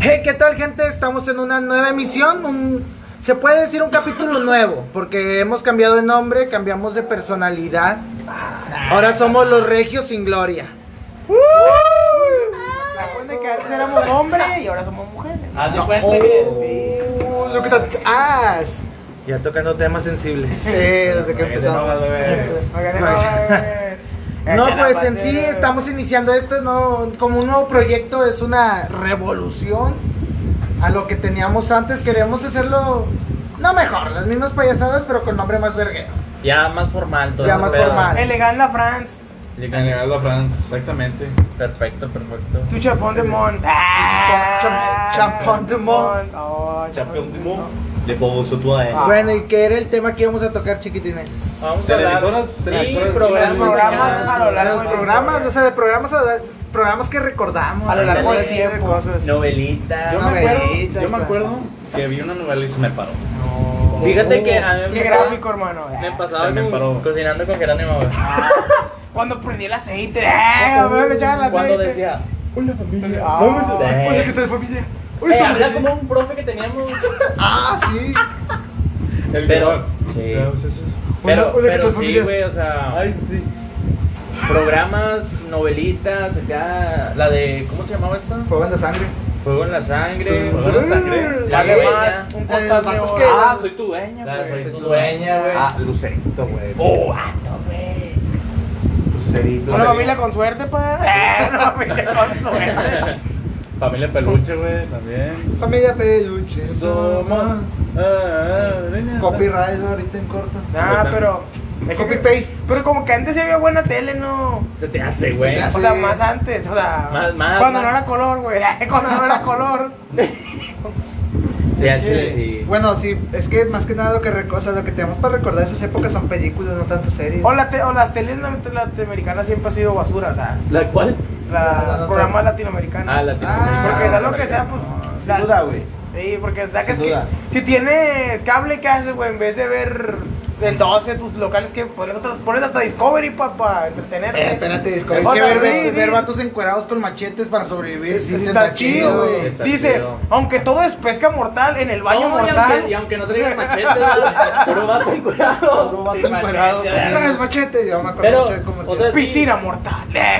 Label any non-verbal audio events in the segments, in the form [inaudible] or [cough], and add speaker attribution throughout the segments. Speaker 1: Hey, ¿qué tal, gente? Estamos en una nueva emisión. un- se puede decir un capítulo nuevo, porque hemos cambiado de nombre, cambiamos de personalidad. Ahora somos los regios sin gloria.
Speaker 2: Después de que antes éramos hombres y ahora somos mujeres.
Speaker 3: Haz de
Speaker 1: No.
Speaker 3: cuenta que.
Speaker 1: Oh, lo que te- ah, Ya tocando temas sensibles.
Speaker 2: Sí, desde que empezamos.
Speaker 1: [laughs] No, pues en sí estamos iniciando esto, es no- como un nuevo proyecto, es una revolución a lo que teníamos antes. Queremos hacerlo, no mejor, las mismas payasadas, pero con nombre más verguero.
Speaker 3: Ya más formal todo
Speaker 1: Ya
Speaker 3: ese
Speaker 1: más
Speaker 3: pedo.
Speaker 1: formal.
Speaker 2: Elegant la France,
Speaker 3: Llegan-
Speaker 4: General La France, exactamente.
Speaker 3: Perfecto, perfecto.
Speaker 2: tu chapón de mon.
Speaker 1: Cham- champón de mon.
Speaker 2: Oh,
Speaker 4: Champion
Speaker 2: champón
Speaker 4: du
Speaker 2: de
Speaker 4: monde.
Speaker 2: mon.
Speaker 4: De Bogoso Tuae.
Speaker 2: Ah.
Speaker 1: Bueno, ¿y qué era el tema que íbamos a tocar, chiquitines?
Speaker 3: Vamos a hablar-
Speaker 4: Televisoras,
Speaker 3: Sí,
Speaker 4: televisoras.
Speaker 3: programas.
Speaker 2: Programas a lo largo
Speaker 1: Los
Speaker 2: del
Speaker 1: programas, o sea, de programas a programas que recordamos.
Speaker 2: A lo largo del
Speaker 1: Sí,
Speaker 2: tiempo.
Speaker 1: cosas.
Speaker 3: Novelitas.
Speaker 4: Yo me acuerdo,
Speaker 1: Novelitas,
Speaker 4: yo me
Speaker 1: pa.
Speaker 4: acuerdo que vi una novela y se me paró.
Speaker 3: Fíjate que a mí me
Speaker 2: Qué
Speaker 3: pasaba-
Speaker 2: gráfico, hermano.
Speaker 3: Me
Speaker 4: Se
Speaker 3: pasaba
Speaker 4: me
Speaker 3: con-
Speaker 4: paró.
Speaker 3: cocinando con Geránimo. güey.
Speaker 2: Cuando prendí el aceite.
Speaker 1: pues,
Speaker 2: ah, me voy a echar el aceite.
Speaker 3: Cuando decía.
Speaker 4: Hola familia.
Speaker 2: Ah.
Speaker 3: Eh.
Speaker 4: Hola, ¿qué tal familia?
Speaker 3: Eh, habla como un profe que teníamos.
Speaker 1: Ah, sí.
Speaker 4: El
Speaker 3: Pero-
Speaker 4: guión.
Speaker 3: sí.
Speaker 4: Ya, pues, eso es.
Speaker 3: Pero,
Speaker 4: Hola, ¿qué
Speaker 3: pero
Speaker 4: tal,
Speaker 3: sí,
Speaker 4: familia?
Speaker 3: güey, o sea.
Speaker 4: Ay, sí.
Speaker 3: Programas, novelitas, acá. La de. ¿Cómo se llamaba esta?
Speaker 1: Fuego en la sangre.
Speaker 3: Fuego en la sangre.
Speaker 4: Fuego en la sangre.
Speaker 3: La
Speaker 2: Dale
Speaker 3: dueña.
Speaker 2: más, un
Speaker 1: Eh,
Speaker 2: costal de
Speaker 1: vatos
Speaker 2: oro.
Speaker 1: que-
Speaker 4: Ah, soy tu dueña,
Speaker 3: La de
Speaker 4: güey.
Speaker 3: soy tu
Speaker 1: pues,
Speaker 3: dueña, güey.
Speaker 4: Ah, Lucerito, güey.
Speaker 3: Oh, vato, güey.
Speaker 4: Lucerito.
Speaker 2: Una
Speaker 4: Lucerito.
Speaker 2: familia con suerte,
Speaker 1: [laughs]
Speaker 2: pa. Eh, Una familia con suerte.
Speaker 4: Familia Peluche, güey, también.
Speaker 1: Familia Peluche.
Speaker 4: Somos. ah, ah,
Speaker 1: Copyright ¿no? ahorita en corto.
Speaker 2: Nah, pero.
Speaker 1: Copy paste.
Speaker 2: Pero como que antes se había buena tele, ¿no?
Speaker 3: Se te hace, güey.
Speaker 1: Se te hace.
Speaker 2: O sea, más antes, o sea.
Speaker 3: Más- más-
Speaker 2: cuando
Speaker 3: más.
Speaker 2: no era color, güey. [laughs] Cuando no era color.
Speaker 3: Sí, al chile, sí.
Speaker 1: Eh, Bueno, sí, es que más que nada lo que, rec- o sea, lo que tenemos para recordar esas épocas son películas, no tanto series.
Speaker 2: O, la te- o las teles norteamericanas siempre ha sido basura, o sea.
Speaker 3: ¿La cual?
Speaker 2: la-
Speaker 1: No, no,
Speaker 2: los
Speaker 1: no,
Speaker 2: programas
Speaker 1: no.
Speaker 2: latinoamericanos.
Speaker 3: Ah, la tipo.
Speaker 1: Ah,
Speaker 2: Porque sea lo que sea, pues.
Speaker 4: Sin
Speaker 2: la-
Speaker 4: duda, güey.
Speaker 2: Sí, porque sacas
Speaker 4: Sin
Speaker 2: que.
Speaker 4: duda.
Speaker 2: Si tienes cable, ¿qué haces, güey? En vez de ver el 12, tus locales que pones, otras, pones hasta Discovery para entretenerte.
Speaker 1: Eh, espérate, disco.
Speaker 2: Es
Speaker 1: Es que
Speaker 2: que
Speaker 1: ver,
Speaker 2: sí,
Speaker 1: ver,
Speaker 2: sí.
Speaker 1: ver vatos encuerados con machetes para sobrevivir.
Speaker 2: Sí, sí está chido, güey.
Speaker 3: Está
Speaker 2: Dices,
Speaker 3: chido.
Speaker 2: aunque todo es pesca mortal, en el baño
Speaker 3: No, y
Speaker 2: mortal.
Speaker 3: aunque- Y aunque no traigan machete, ¿verdad? puro vato encuerado.
Speaker 1: Puro vato
Speaker 3: Sin machete,
Speaker 1: encuerado.
Speaker 3: ¿verdad?
Speaker 1: Traes machete, yo me acuerdo
Speaker 3: Pero,
Speaker 1: mucho de cómo
Speaker 3: o sea,
Speaker 1: era.
Speaker 3: sí.
Speaker 2: Piscina mortal. [laughs]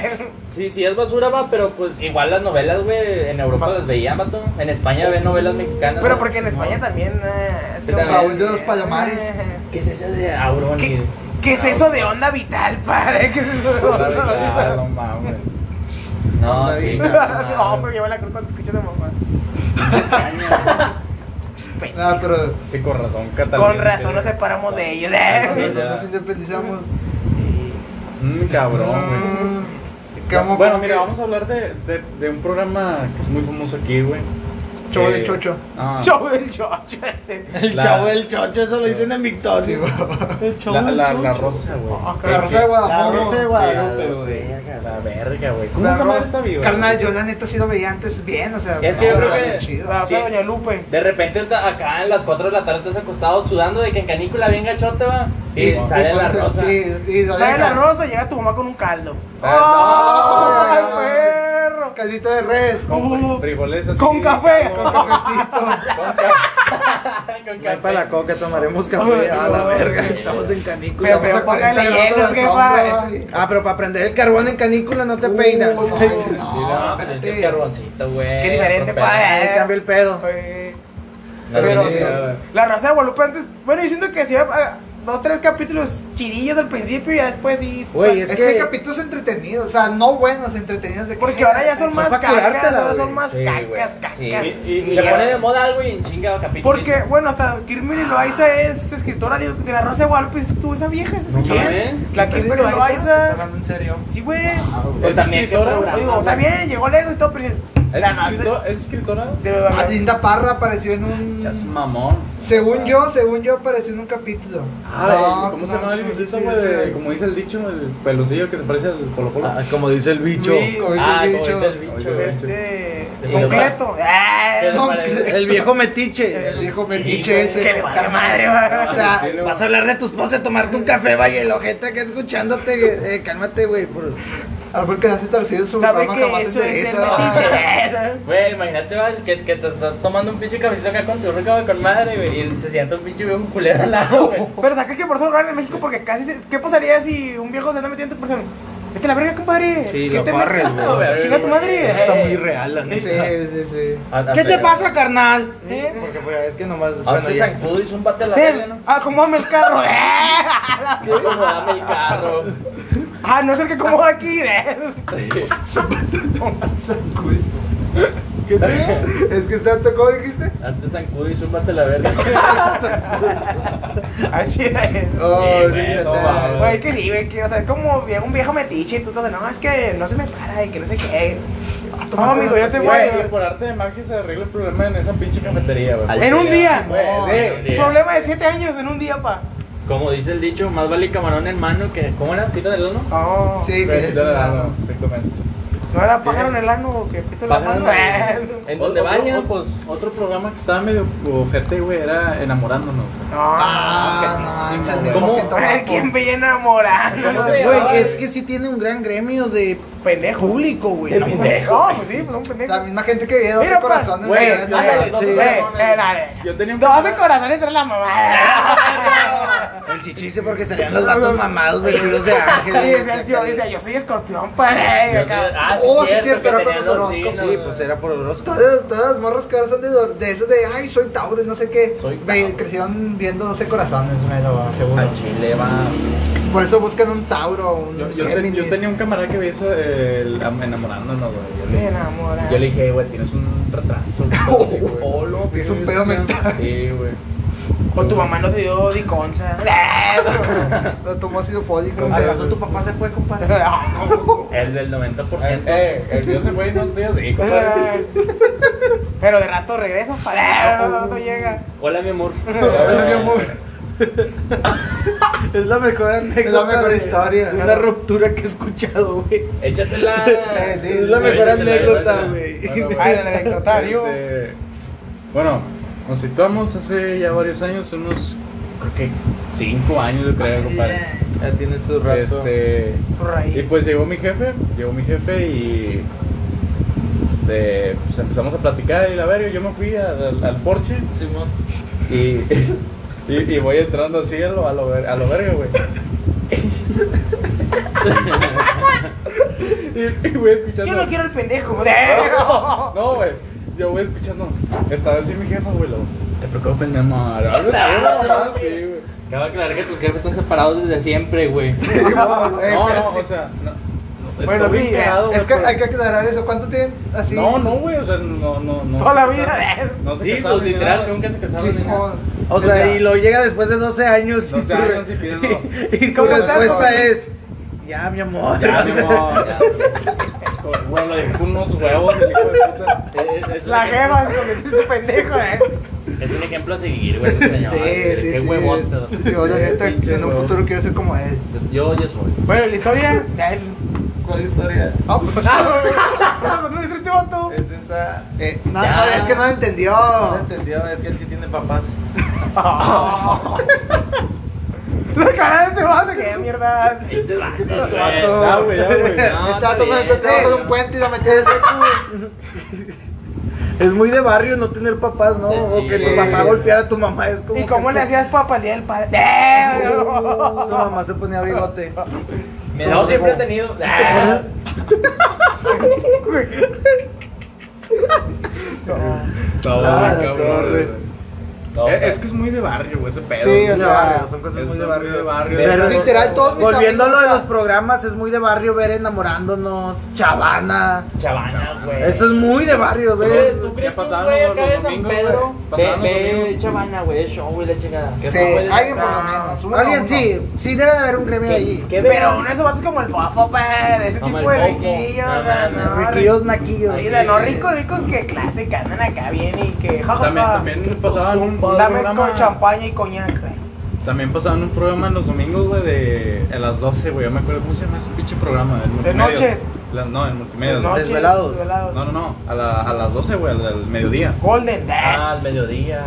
Speaker 3: Sí, sí, es basura, va, pero pues igual las novelas, güey, en Europa
Speaker 2: Más-
Speaker 3: las veían, vato. En España ven novelas mexicanas.
Speaker 2: Pero
Speaker 3: ¿no?
Speaker 2: porque en España
Speaker 3: No.
Speaker 2: también. eh, es
Speaker 3: Que
Speaker 2: como-
Speaker 3: también- Raúl
Speaker 1: de los Palomares.
Speaker 3: ¿Qué es eso de Auron? y-
Speaker 2: ¿Qué, qué es eso de onda vital, padre? ¿Qué es [laughs] eso de
Speaker 3: Onda
Speaker 2: onda
Speaker 3: vital,
Speaker 2: vital?
Speaker 4: No mames.
Speaker 3: No,
Speaker 1: Onda
Speaker 3: sí.
Speaker 2: [laughs]
Speaker 1: vital.
Speaker 2: No, me lleva la cruz cuando escucho de mamá. [laughs]
Speaker 1: No, Ah, pero
Speaker 4: Sí, con razón,
Speaker 2: Con
Speaker 4: Catalina.
Speaker 2: razón nos separamos de ellos. eh.
Speaker 3: Sí.
Speaker 1: nosotros nos independizamos.
Speaker 4: Mm, cabrón, güey.
Speaker 1: Que vamos-
Speaker 4: bueno,
Speaker 1: como
Speaker 4: mira,
Speaker 1: que-
Speaker 4: vamos a hablar de, de, de un programa que es muy famoso aquí, güey.
Speaker 1: Chavo
Speaker 4: Eh,
Speaker 1: del Chocho.
Speaker 4: ah,
Speaker 2: [laughs] Show del chocho. este.
Speaker 1: El
Speaker 4: La-
Speaker 1: chavo del chocho, eso lo dicen en Victoria. El
Speaker 4: La, la, la rosa, güey.
Speaker 2: Ah,
Speaker 1: La rosa de Guadalupe.
Speaker 4: La rosa de
Speaker 3: La
Speaker 4: Guadalupe, güey.
Speaker 3: verga.
Speaker 4: La verga, güey.
Speaker 2: La
Speaker 4: ¿Cómo esa
Speaker 2: ro-
Speaker 4: madre está viva?
Speaker 1: Carnal, yo la neta sí lo veía antes bien, o sea.
Speaker 3: Es que yo
Speaker 1: ahora
Speaker 3: creo que-
Speaker 1: es chido.
Speaker 2: La
Speaker 3: Sí.
Speaker 2: otra Doña Lupe.
Speaker 3: De repente ta- acá en las 4 de la tarde estás acostado sudando de que en canícula bien gachote va.
Speaker 4: Sí,
Speaker 3: y
Speaker 4: mo.
Speaker 3: sale
Speaker 1: Sí,
Speaker 3: la
Speaker 1: por eso,
Speaker 3: rosa.
Speaker 1: Sí, y sale
Speaker 2: Sale la rosa y llega tu mamá con un caldo.
Speaker 4: Ah,
Speaker 2: ¡Ay,
Speaker 1: no.
Speaker 2: perro!
Speaker 1: Caldito de res.
Speaker 4: Con fri-
Speaker 2: Uh,
Speaker 4: frijoles así.
Speaker 2: con café.
Speaker 4: Con cafecito. Con café.
Speaker 3: [laughs] Con
Speaker 1: Ay,
Speaker 3: café.
Speaker 1: para la coca tomaremos café a la verga. Estamos en canícula.
Speaker 2: Pero-
Speaker 1: vamos
Speaker 2: pero
Speaker 1: a 40
Speaker 2: póngale
Speaker 1: grados
Speaker 2: hielos,
Speaker 1: de sombra,
Speaker 2: jefa.
Speaker 1: güey. Ah, pero para prender el carbón en canícula no te peinas.
Speaker 2: no.
Speaker 1: Ay,
Speaker 2: Sí,
Speaker 3: No,
Speaker 1: no,
Speaker 3: pues es
Speaker 1: espérate.
Speaker 3: que el carboncito, güey.
Speaker 2: Qué diferente, eh.
Speaker 3: otro pedo.
Speaker 2: padre.
Speaker 1: Ahí cambia el pedo.
Speaker 2: Ay.
Speaker 3: No,
Speaker 1: Pero-
Speaker 3: sí, sí, sí.
Speaker 2: La raza de Guadalupe antes, bueno, diciendo que hacía ah, dos, tres capítulos chidillos al principio y ya después sí.
Speaker 1: Güey, es,
Speaker 2: es-
Speaker 1: que, hay capítulos entretenidos, o sea, no buenos, entretenidos. De que-
Speaker 2: porque ahora ya son más
Speaker 1: pa'
Speaker 2: cacas,
Speaker 1: curártela,
Speaker 2: ahora
Speaker 1: güey.
Speaker 2: son más
Speaker 3: Sí, güey.
Speaker 2: cacas,
Speaker 3: Sí.
Speaker 2: cacas.
Speaker 4: Y- y-
Speaker 3: Se
Speaker 4: y-
Speaker 3: pone de moda algo y en chinga capítulo.
Speaker 2: Porque, bueno, hasta Kirmini Loaiza es escritora de, de la raza de Guadalupe. ¿Tú esa vieja es
Speaker 3: ¿Quién?
Speaker 2: escritora?
Speaker 1: La que
Speaker 2: Kirby
Speaker 1: lo
Speaker 2: Loaiza.
Speaker 1: hablando en serio.
Speaker 2: Sí, güey.
Speaker 3: Pues
Speaker 4: ¿Es
Speaker 3: también, ¿qué
Speaker 4: escritora?
Speaker 3: programa?
Speaker 2: Digo, está bien, llegó lejos y todo, pero dices,
Speaker 4: ¿Es,
Speaker 2: la raza
Speaker 4: escrito- ¿Es escritora?
Speaker 2: de-
Speaker 1: Ah, Linda Parra apareció en un.
Speaker 4: Seas mamón.
Speaker 1: Según yo, según yo apareció en un capítulo.
Speaker 4: Ah,
Speaker 1: No,
Speaker 4: ¿Cómo se
Speaker 1: no,
Speaker 4: llama el
Speaker 1: no,
Speaker 4: muchito,
Speaker 1: sí,
Speaker 4: güey?
Speaker 1: sí,
Speaker 4: de-
Speaker 1: sí.
Speaker 4: Como dice el dicho, el pelucillo que se parece al Polo Polo.
Speaker 5: como dice el bicho.
Speaker 1: Sí, como dice
Speaker 3: Ah,
Speaker 1: el
Speaker 3: como
Speaker 1: bicho.
Speaker 3: dice el bicho, güey.
Speaker 2: Este.
Speaker 3: Sí,
Speaker 2: Completo. Ah,
Speaker 3: ¿Qué le
Speaker 1: No,
Speaker 3: parece?
Speaker 5: El viejo metiche.
Speaker 1: El viejo
Speaker 3: Sí,
Speaker 1: metiche
Speaker 3: güey.
Speaker 1: ese.
Speaker 2: Que le valga madre, güey.
Speaker 1: O sea,
Speaker 4: Sí,
Speaker 5: Vas a hablar de tu esposa, tomarte un café, vaya el ojete acá escuchándote. eh, cálmate, güey. por-
Speaker 6: A ver, que hace torcido su
Speaker 2: Sabe
Speaker 6: programa
Speaker 2: que
Speaker 6: jamás
Speaker 2: eso es el
Speaker 6: interesa.
Speaker 2: metiche.
Speaker 3: Güey, imagínate, va, que, que te estás tomando un pinche cafecito acá con tu rica, güey, con madre, güey, y se sienta un pinche viejo culero al lado, güey.
Speaker 2: Pero sacas que por eso lo ganan en México porque casi. se- ¿Qué pasaría si un viejo se anda metiendo en tu persona? Vete a la verga, compadre.
Speaker 5: Sí,
Speaker 2: ¿Qué
Speaker 5: lo
Speaker 2: te
Speaker 5: barres,
Speaker 2: metas?
Speaker 5: güey.
Speaker 2: Chinga tu madre.
Speaker 3: Eso
Speaker 6: Está muy real, la Sí, neta. sí, sí.
Speaker 3: [laughs]
Speaker 1: ¿Qué te pasa, carnal?
Speaker 2: ¿Eh?
Speaker 1: ¿Eh?
Speaker 5: Porque pues, es que nomás.
Speaker 2: Ah,
Speaker 3: Ahora
Speaker 5: cuando
Speaker 3: te
Speaker 5: ya-
Speaker 3: sacudo y un bate a la verga,
Speaker 2: Ven,
Speaker 3: ¿no?
Speaker 2: acomódame el carro. Ah,
Speaker 3: ¿Qué? Como dame el carro.
Speaker 2: no es el que acomoda aquí. eh.
Speaker 6: ¿Qué te Es que está tocó, dijiste.
Speaker 3: Hazte zancudo y súmbate a la verga. [laughs]
Speaker 2: Ah, chida es.
Speaker 6: Oh,
Speaker 3: Sí,
Speaker 6: sí,
Speaker 3: güey,
Speaker 6: ya
Speaker 3: no
Speaker 6: está.
Speaker 3: mames.
Speaker 2: Güey, que sí, güey, que, o sea, es como vie- un viejo metiche y tú todo, no, es que no se me para y que no sé qué.
Speaker 3: Ah,
Speaker 2: No, amigo, yo te voy
Speaker 4: Güey,
Speaker 2: a...
Speaker 4: y por arte de magia se arregla el problema en esa pinche cafetería, güey.
Speaker 3: Al
Speaker 2: En un
Speaker 3: chile,
Speaker 2: día.
Speaker 3: güey,
Speaker 6: No,
Speaker 3: sí,
Speaker 6: en
Speaker 3: un
Speaker 2: Es
Speaker 3: día.
Speaker 2: un problema de 7 años en un día, pa.
Speaker 3: Como dice el dicho, más vale camarón en mano que. ¿Cómo era? ¿Pito del ano?
Speaker 2: No,
Speaker 6: Sí, que
Speaker 4: Güey,
Speaker 6: es
Speaker 4: quítale la
Speaker 6: humano.
Speaker 4: mano, efectivamente.
Speaker 2: ¿No era pájaro en el ano que pito la
Speaker 3: Pájaro
Speaker 2: mano? [laughs]
Speaker 3: en el- en donde
Speaker 4: Otro-
Speaker 3: bañan.
Speaker 4: otro, pues, otro programa que estaba medio ojete, güey, era Enamorándonos. güey.
Speaker 6: Ah,
Speaker 4: Qué
Speaker 6: no,
Speaker 4: pésimo,
Speaker 6: ¿cómo?
Speaker 4: güey.
Speaker 6: siento
Speaker 2: Ay,
Speaker 6: bajo.
Speaker 2: ¿Quién veía [laughs] enamorando?
Speaker 3: ¿Cómo
Speaker 2: No
Speaker 3: se
Speaker 2: sé,
Speaker 3: llama?
Speaker 1: Güey, es que sí tiene un gran gremio de
Speaker 2: Pendejos.
Speaker 1: público, güey.
Speaker 2: No, pues sí, pues un
Speaker 6: La
Speaker 2: pendejo.
Speaker 6: misma gente que vive 12
Speaker 2: Mira, pues, pa,
Speaker 6: corazones.
Speaker 3: güey,
Speaker 6: ya- ya-
Speaker 3: ándale,
Speaker 6: sí.
Speaker 3: sí. corazones.
Speaker 4: Yo tenía un
Speaker 2: Dos
Speaker 4: compa-
Speaker 2: corazones era la mamá.
Speaker 1: El chichise porque serían los vatos mamados vestidos de
Speaker 2: [laughs] Y
Speaker 1: ángeles.
Speaker 2: decías yo, decía, yo soy escorpión, [laughs] pues, padre.
Speaker 3: Yo sé- Ah, sí,
Speaker 6: Oh, sí,
Speaker 3: es cierto,
Speaker 6: cierto,
Speaker 3: que
Speaker 6: era
Speaker 3: tenían
Speaker 6: cuando
Speaker 3: los
Speaker 6: se
Speaker 3: signos,
Speaker 5: Sí,
Speaker 3: güey.
Speaker 5: pues era por horóscopo.
Speaker 6: Todas, todas las morras que ahora son de, do- de esas de, ay, soy Tauro, no sé qué.
Speaker 3: Soy
Speaker 6: Ve-
Speaker 3: Tauro.
Speaker 6: crecieron viendo 12 corazones, me lo aseguro.
Speaker 3: Al chile, va.
Speaker 6: Por eso buscan un Tauro, un
Speaker 4: Yo, yo te-
Speaker 6: Géminis.
Speaker 4: yo tenía un camarada que veía eso, eh, el am- Enamorándonos, güey. Yo
Speaker 2: Me
Speaker 4: le-
Speaker 2: enamora.
Speaker 4: Yo le dije, "Ey, güey, tienes un retraso. güey, sí, güey".
Speaker 3: Oh, lo
Speaker 6: Tienes un pedo mental.
Speaker 4: Sí, güey.
Speaker 2: O tu mamá no te dio diconza.
Speaker 6: Lo tomó ácido fólico.
Speaker 4: Ah,
Speaker 1: ¿Acaso tu papá se fue, compadre?
Speaker 2: [laughs]
Speaker 3: El del 90%.
Speaker 4: Eh, eh, el mío se fue y no estoy así,
Speaker 2: [laughs]
Speaker 4: compadre.
Speaker 2: Pero de rato pues. regresa, padre. De rato llega.
Speaker 3: Hola, mi amor.
Speaker 6: Hola, mi amor.
Speaker 5: Es la mejor anécdota.
Speaker 6: Es la mejor
Speaker 5: de-
Speaker 6: historia.
Speaker 5: de Una ruptura que he escuchado, güey.
Speaker 3: Échatela.
Speaker 6: Eh, sí,
Speaker 5: Es la mejor
Speaker 3: Échatela,
Speaker 5: anécdota,
Speaker 3: échatela.
Speaker 5: güey.
Speaker 4: Bueno, güey.
Speaker 2: Ay, el anecdotario.
Speaker 4: Este, bueno, nos situamos hace ya varios años, unos, creo que cinco años, yo creo, compadre.
Speaker 5: Ya tiene su rato.
Speaker 4: Este,
Speaker 2: Por ahí.
Speaker 4: y pues llegó mi jefe, llegó mi jefe y este, pues empezamos a platicar y la verga, yo me fui a- al, al porche
Speaker 3: Simón.
Speaker 4: y, [laughs] y, y voy entrando así a lo, a lo, ver- a lo verga, güey. [laughs] y, y voy escuchando.
Speaker 2: Yo no quiero el pendejo.
Speaker 4: [laughs] No, güey. Yo voy escuchando. Estaba así mi jefa, güey. luego, Te preocupes, mi amor. [laughs] Algo así, güey, algo así, güey.
Speaker 3: Acaba de aclarar que tus jefes están separados desde siempre, güey.
Speaker 4: No, no, o sea. No, no,
Speaker 2: Eh, Bueno,
Speaker 4: estoy
Speaker 2: sí,
Speaker 4: bien cagado, güey,
Speaker 6: Es que
Speaker 4: pero-
Speaker 6: hay que aclarar eso. ¿Cuánto tienen así?
Speaker 4: No, no, güey. O sea, no, no, no.
Speaker 2: Toda la
Speaker 4: se
Speaker 2: vida.
Speaker 4: casaron, No se
Speaker 3: Sí,
Speaker 4: casaron
Speaker 3: pues
Speaker 4: ni
Speaker 3: literal,
Speaker 4: nada.
Speaker 3: nunca se casaron ni nada.
Speaker 6: Simón.
Speaker 5: O sea, y lo llega después de 12 años. y
Speaker 4: No se
Speaker 5: su-
Speaker 4: hagan si piden lo-
Speaker 5: [laughs] Y su
Speaker 2: ¿Cómo estás,
Speaker 5: respuesta
Speaker 2: joven?
Speaker 5: es: Ya, mi amor.
Speaker 4: Ya,
Speaker 3: Ah,
Speaker 5: [laughs] O
Speaker 4: mi
Speaker 5: sea,
Speaker 4: amor. Con- Güey, le dejó unos huevos el hijo de
Speaker 3: [laughs]
Speaker 4: puta.
Speaker 3: Es- es un
Speaker 2: La
Speaker 3: ejemplo-
Speaker 2: jeva se convirtió en pendejo, eh.
Speaker 3: Es un ejemplo a seguir, güey. ese señor.
Speaker 6: Sí, sí,
Speaker 3: Qué
Speaker 6: sí.
Speaker 3: huevota.
Speaker 6: Yo, la neta,
Speaker 4: Pinche
Speaker 6: en un
Speaker 4: huevón.
Speaker 6: futuro quiero ser como él.
Speaker 3: Yo, yo soy.
Speaker 2: Bueno, la historia. Ya él.
Speaker 5: ¿Cuál historia?
Speaker 6: Ah, pues.
Speaker 5: [laughs]
Speaker 2: Ah, pues, No es este vato.
Speaker 5: Es esa.
Speaker 6: Eh, no,
Speaker 3: Ya.
Speaker 6: no, es que no lo entendió.
Speaker 5: No lo entendió, es que él sí tiene papás.
Speaker 2: La cara de este vato, que mierda.
Speaker 3: Pinches vatos, güey.
Speaker 6: vato.
Speaker 4: Ya, güey, ya,
Speaker 5: [laughs]
Speaker 4: güey.
Speaker 5: Este
Speaker 3: No,
Speaker 6: Estaba
Speaker 3: está
Speaker 6: tomando
Speaker 3: bien,
Speaker 6: el control de
Speaker 3: güey.
Speaker 6: un puente y lo metí de seco.
Speaker 5: Es muy de barrio no tener papás, ¿no? O que tu
Speaker 6: Sí.
Speaker 5: papá golpeara a tu mamá. Es como
Speaker 2: ¿Y
Speaker 5: que-
Speaker 2: cómo le hacías papá el día del padre? ¡Eh! [laughs]
Speaker 5: Su mamá se ponía bigote.
Speaker 3: Mi no siempre he
Speaker 4: [laughs]
Speaker 3: tenido. Ah.
Speaker 4: Eh, No,
Speaker 6: Ah,
Speaker 4: güey,
Speaker 6: la
Speaker 4: cabrón,
Speaker 6: torre.
Speaker 4: güey.
Speaker 3: No,
Speaker 4: Eh, es que es muy de barrio, güey, ese pedo.
Speaker 6: Sí,
Speaker 4: güey.
Speaker 6: o sea,
Speaker 5: son
Speaker 4: Eso
Speaker 5: cosas
Speaker 4: es
Speaker 5: muy de barrio.
Speaker 4: Pero
Speaker 5: Pero
Speaker 6: literal, todos mis
Speaker 5: Volviendo a lo de
Speaker 6: amigos,
Speaker 5: los programas, es muy de barrio ver enamorándonos, chavana.
Speaker 3: Chavana, güey.
Speaker 5: Eso es muy de barrio,
Speaker 3: ¿Tú crees-
Speaker 5: ¿ves?
Speaker 3: ¿Tú crees que un
Speaker 4: pasaron
Speaker 3: güey
Speaker 4: los
Speaker 3: acá de San
Speaker 4: domingos,
Speaker 3: Pedro?
Speaker 4: güey. Pasaron los
Speaker 3: Ve, ve,
Speaker 4: domingos.
Speaker 3: chavana, güey, es show, güey, la chingada.
Speaker 6: Sí,
Speaker 3: güey,
Speaker 6: alguien por lo
Speaker 3: la-
Speaker 6: menos. uno,
Speaker 5: Alguien
Speaker 6: uno.
Speaker 5: sí, sí debe de haber un gremio
Speaker 3: ¿Qué,
Speaker 5: allí.
Speaker 3: qué
Speaker 2: Pero
Speaker 3: verga?
Speaker 2: uno de esos vatos como el fofo, pa, de ese
Speaker 3: Como
Speaker 2: tipo
Speaker 3: el
Speaker 2: de
Speaker 3: fofo.
Speaker 2: riquillos,
Speaker 3: No,
Speaker 2: o sea,
Speaker 3: no, no.
Speaker 2: no,
Speaker 5: Riquillos
Speaker 2: ri-
Speaker 5: naquillos.
Speaker 2: Sí, de no ricos, ricos que clásica, andan acá bien y que ja, ja,
Speaker 4: También,
Speaker 2: ja.
Speaker 4: también pasaban un, un
Speaker 2: Dame
Speaker 4: programa-
Speaker 2: con champaña y coñac, güey.
Speaker 4: También pasaban un programa en los domingos, güey, de a las 12, güey. Yo me acuerdo cómo se llama ese pinche programa. del multimedia.
Speaker 2: noches?
Speaker 4: La- no, en multimedia.
Speaker 2: Las
Speaker 4: güey.
Speaker 2: Pues, noches,
Speaker 5: desvelados.
Speaker 2: desvelados.
Speaker 4: No, no, no. A, la- a las 12, güey, al, al mediodía.
Speaker 2: Golden, eh.
Speaker 3: Ah, al mediodía.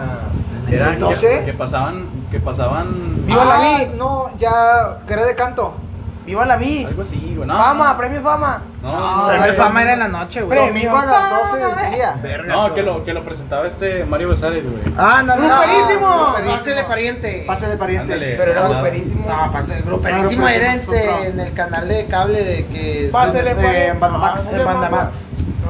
Speaker 4: Era que,
Speaker 6: 12?
Speaker 4: que pasaban. Que pasaban.
Speaker 2: Viva la
Speaker 6: Ah,
Speaker 2: vida.
Speaker 6: No, ya, que era de canto.
Speaker 2: ¡Viva la mí!
Speaker 4: Algo así, güey. No,
Speaker 2: ¡Fama! ¡Premios fama! Ah,
Speaker 4: No,
Speaker 1: No,
Speaker 4: no,
Speaker 1: el
Speaker 4: no,
Speaker 1: fama era en la noche, güey.
Speaker 2: Premio
Speaker 1: Domingo a las 12
Speaker 2: Fama.
Speaker 1: del día.
Speaker 4: No, que lo, que lo presentaba este Mario Besares, güey.
Speaker 1: Ah, no, no. no.
Speaker 2: ¡Gruperísimo!
Speaker 1: Pásele pariente.
Speaker 6: Pase de pariente.
Speaker 4: Ándale.
Speaker 2: Pero era
Speaker 4: Ah,
Speaker 2: superísimo.
Speaker 1: No, pase, gruperísimo
Speaker 6: Gruperísimo
Speaker 1: era
Speaker 6: es
Speaker 1: este,
Speaker 6: otro.
Speaker 1: en el canal de cable de que.
Speaker 2: Pásele,
Speaker 1: de-
Speaker 2: pariente.
Speaker 1: En Bandamax.
Speaker 2: Pásele,
Speaker 1: en Bandamax.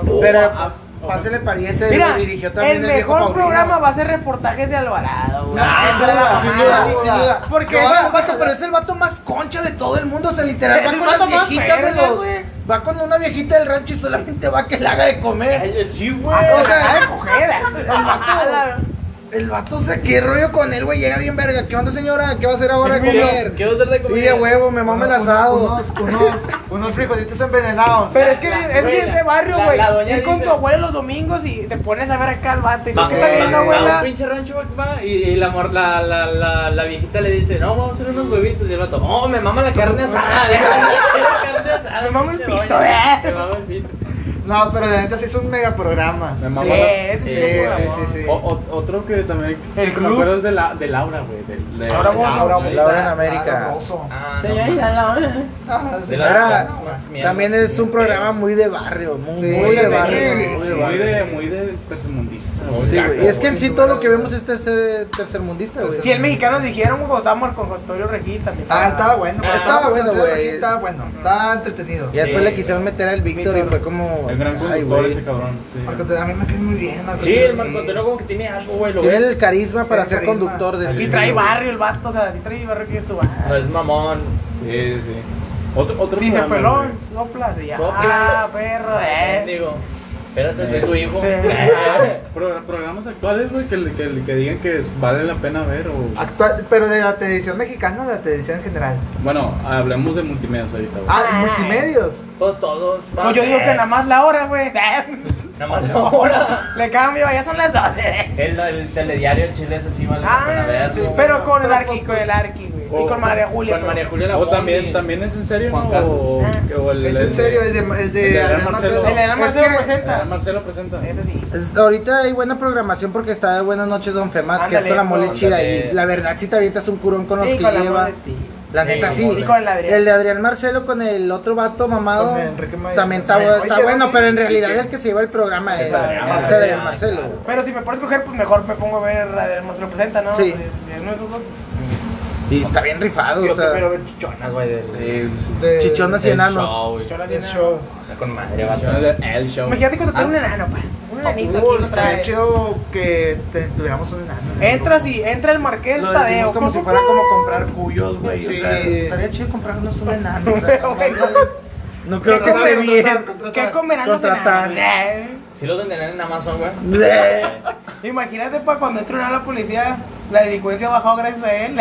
Speaker 2: No,
Speaker 1: Pero
Speaker 4: ah, ah,
Speaker 1: pásele pariente.
Speaker 2: Mira,
Speaker 1: lo dirigió también
Speaker 2: el
Speaker 1: viejo
Speaker 2: mejor
Speaker 1: Paulino.
Speaker 2: programa va a ser reportajes de Alvarado, güey.
Speaker 1: Ah,
Speaker 2: Esa era la
Speaker 1: sin
Speaker 2: mamada,
Speaker 1: duda, sin
Speaker 2: güey.
Speaker 1: duda.
Speaker 2: Porque
Speaker 1: Lo
Speaker 2: va-
Speaker 1: va-
Speaker 2: va-
Speaker 1: vato, pero es el vato más concha de todo el mundo. O sea, literal,
Speaker 2: El
Speaker 1: va con
Speaker 2: vato
Speaker 1: las
Speaker 2: más
Speaker 1: viejitas de
Speaker 2: verga,
Speaker 1: los.
Speaker 2: güey.
Speaker 1: Va con una viejita del rancho y solamente va a que le haga de comer.
Speaker 4: Ay, Eh, Sí, güey.
Speaker 1: O sea,
Speaker 2: de Ah, cojera.
Speaker 1: el
Speaker 2: [laughs]
Speaker 1: vato. El vato, o sea, qué rollo con él, güey. Llega bien verga. ¿Qué onda, señora? ¿Qué va a hacer ahora de comer?
Speaker 3: ¿Qué vas a hacer de
Speaker 1: Y
Speaker 3: comer?
Speaker 1: de huevo, me mama el
Speaker 6: Uno-
Speaker 1: asado.
Speaker 6: Unos, unos, unos frijolitos envenenados.
Speaker 2: Pero es que
Speaker 3: La-
Speaker 2: es
Speaker 3: güey,
Speaker 2: bien
Speaker 3: la-
Speaker 2: de barrio,
Speaker 3: la-
Speaker 2: güey.
Speaker 3: la doña
Speaker 2: Ir con
Speaker 3: dice-
Speaker 2: tu abuela los domingos y te pones a ver acá al vato. Y
Speaker 3: Va,
Speaker 2: ¿qué está
Speaker 3: va-
Speaker 2: viendo,
Speaker 3: va- va a
Speaker 2: abuela?
Speaker 3: un pinche rancho, va, va, y, y la, mor- la, la, la, la viejita le dice, no, vamos a hacer unos huevitos, y el vato, oh, me mama la carne
Speaker 2: Ah, [laughs]
Speaker 3: asada, déjame hacer la carne asada.
Speaker 2: Me
Speaker 3: [laughs]
Speaker 2: mama el
Speaker 3: pinche
Speaker 2: pito,
Speaker 3: doña".
Speaker 2: eh.
Speaker 3: Me mama el pito.
Speaker 6: No, pero la neta sí es un mega programa.
Speaker 4: Me
Speaker 2: Sí,
Speaker 4: mamó la-
Speaker 2: ese
Speaker 6: Sí,
Speaker 2: es un
Speaker 6: sí,
Speaker 2: programa.
Speaker 6: sí, sí.
Speaker 4: O- o- otro que también
Speaker 2: El
Speaker 4: me
Speaker 2: club.
Speaker 4: acuerdo es de, la, de Laura, güey. De, de-
Speaker 2: Laura
Speaker 4: de-
Speaker 2: Bozo.
Speaker 4: Laura,
Speaker 1: Laura en
Speaker 6: Ah,
Speaker 1: América.
Speaker 6: hermoso.
Speaker 3: Ah, no,
Speaker 2: Señorita, la-
Speaker 6: Ah, sí.
Speaker 3: de las
Speaker 1: Ahora,
Speaker 3: cosas más mierdas,
Speaker 1: también es un
Speaker 3: sí,
Speaker 1: programa muy de barrio, muy,
Speaker 6: Sí,
Speaker 1: muy de
Speaker 6: sí,
Speaker 1: barrio.
Speaker 6: sí,
Speaker 1: muy de
Speaker 4: Muy
Speaker 1: barrio.
Speaker 4: de, muy de tercermundista. güey.
Speaker 1: Sí,
Speaker 4: Caca,
Speaker 1: güey. Y es que en
Speaker 4: güey.
Speaker 1: sí todo lo que vemos es tercer, tercermundista, güey.
Speaker 2: Si el mexicano nos dijeron cuando estábamos con Antonio Regil también.
Speaker 6: Ah, estaba bueno.
Speaker 3: Ah,
Speaker 6: estaba,
Speaker 1: estaba
Speaker 6: bueno,
Speaker 1: bueno,
Speaker 6: güey.
Speaker 1: güey.
Speaker 6: Estaba bueno. Estaba entretenido.
Speaker 1: Y después
Speaker 3: Sí,
Speaker 1: le quisieron meter al Víctor y
Speaker 2: Víctor.
Speaker 1: fue como.
Speaker 4: El gran
Speaker 1: ay,
Speaker 4: conductor
Speaker 1: güey.
Speaker 4: ese cabrón. sí.
Speaker 6: Marco Antonio- a mí me cae muy bien, Marco
Speaker 3: Sí, el
Speaker 6: Antonio.
Speaker 3: Marco Antonio como que tiene algo, güey, lo
Speaker 1: Tiene
Speaker 3: ves.
Speaker 1: el carisma para
Speaker 6: Tiene
Speaker 1: ser
Speaker 6: carisma.
Speaker 1: conductor de
Speaker 2: Y
Speaker 1: ese
Speaker 2: trae
Speaker 1: tipo, güey.
Speaker 2: barrio el vato, o sea, sí trae barrio que es tu
Speaker 3: No es mamón.
Speaker 4: Sí, sí. Otro, otro
Speaker 2: Dice
Speaker 4: programa,
Speaker 2: pelón,
Speaker 4: güey.
Speaker 2: soplas y ya.
Speaker 3: Soplas.
Speaker 2: Ah, perro, eh.
Speaker 3: Digo, espérate, soy tu hijo.
Speaker 2: Sí.
Speaker 4: Pro- programas actuales, güey, que, que, que digan que vale la pena ver o...
Speaker 6: Actual- pero de la televisión mexicana, de la televisión en general.
Speaker 4: Bueno, hablemos de multimedia ahorita, güey.
Speaker 6: Ah,
Speaker 2: Ah.
Speaker 6: multimedios.
Speaker 3: [laughs] Todos, todos. eh,
Speaker 2: No, Pues yo digo que nada más la hora, güey. [laughs] eh.
Speaker 3: Nada más la hora.
Speaker 2: Le cambio, ya son las 12.
Speaker 3: El, el telediario, el chile, ese sí vale la pena
Speaker 2: Ah,
Speaker 3: ver.
Speaker 2: sí,
Speaker 3: ¿no? Oh,
Speaker 2: pero con el
Speaker 6: Pero
Speaker 2: arqui, con el arqui, güey. Y
Speaker 4: o-
Speaker 2: con María Julia.
Speaker 3: Con María
Speaker 2: pero-
Speaker 3: Julia la
Speaker 4: O
Speaker 3: Bondi.
Speaker 4: también, también es en serio,
Speaker 3: Juan
Speaker 4: ¿no?
Speaker 3: Carlos.
Speaker 4: O,
Speaker 2: Ah.
Speaker 4: o el,
Speaker 6: Es
Speaker 4: el-
Speaker 6: en serio, es de, es de
Speaker 4: el de
Speaker 6: Adrián
Speaker 4: Adrián Marcelo. pues, eh.
Speaker 2: El Elena
Speaker 6: Es
Speaker 2: Marcelo
Speaker 6: que-
Speaker 4: el Adrián
Speaker 2: presenta.
Speaker 4: Marcelo presenta.
Speaker 2: Ese sí.
Speaker 1: Es- Ahorita hay buena programación porque está de Buenas noches Don Femat, que es
Speaker 2: Ándale,
Speaker 1: con la
Speaker 2: eso,
Speaker 1: mole chida.
Speaker 3: ándale.
Speaker 1: Y la verdad, si te avientas un curón con los
Speaker 2: Sí,
Speaker 1: que
Speaker 2: con la
Speaker 1: lleva.
Speaker 2: Morris, sí.
Speaker 1: La
Speaker 3: Sí,
Speaker 1: neta
Speaker 3: con
Speaker 1: sí.
Speaker 3: Morris.
Speaker 2: Y con el Adrián.
Speaker 1: El de Adrián Marcelo con el otro vato mamado
Speaker 6: Con Enrique Maya-
Speaker 1: también está,
Speaker 6: Maya-
Speaker 1: está
Speaker 6: Oye,
Speaker 1: bueno,
Speaker 6: oye,
Speaker 1: pero en realidad el que se lleva el programa es,
Speaker 3: Es
Speaker 1: es
Speaker 3: Adrián
Speaker 1: Adrián,
Speaker 3: Marcelo.
Speaker 1: Marcelo.
Speaker 3: Claro.
Speaker 2: Pero si me puedo escoger, pues mejor me pongo a ver a Adrián Marcelo presenta, ¿no?
Speaker 1: Sí.
Speaker 2: Pues, si es uno de esos dos, pues,
Speaker 1: Y está bien rifado,
Speaker 2: yo
Speaker 1: o sea,
Speaker 2: prefiero ver chichonas, güey.
Speaker 4: El,
Speaker 6: de-
Speaker 1: chichonas y
Speaker 3: El
Speaker 1: enanos.
Speaker 3: show, güey.
Speaker 2: Chichonas y
Speaker 6: de
Speaker 2: nada.
Speaker 6: shows.
Speaker 3: Con madre, vato.
Speaker 4: el show.
Speaker 2: Imagínate cuando trae
Speaker 4: Ah,
Speaker 2: un enano, pa.
Speaker 1: oh,
Speaker 2: Un enanito
Speaker 6: Uh,
Speaker 2: aquí lo
Speaker 6: estaría
Speaker 2: trae.
Speaker 6: chido que te- tuviéramos un enano. en el
Speaker 2: Entras
Speaker 6: grupo.
Speaker 2: y entra el marqués
Speaker 1: Lo
Speaker 2: Tadeo.
Speaker 1: decimos como si fuera como comprar cuyos, güey. o
Speaker 6: Sí.
Speaker 1: sea, estaría chido comprarnos un enano. o sea, no,
Speaker 2: Güey,
Speaker 1: no, no creo que
Speaker 6: Contratar,
Speaker 1: esté bien.
Speaker 6: contratar,
Speaker 2: ¿Qué
Speaker 6: contratar.
Speaker 2: comerán los
Speaker 1: Contratar.
Speaker 2: enanos? Eh,
Speaker 3: Si lo venderán en Amazon, güey.
Speaker 2: Imagínate, pa, cuando entra una la policía, la delincuencia bajó gracias a él.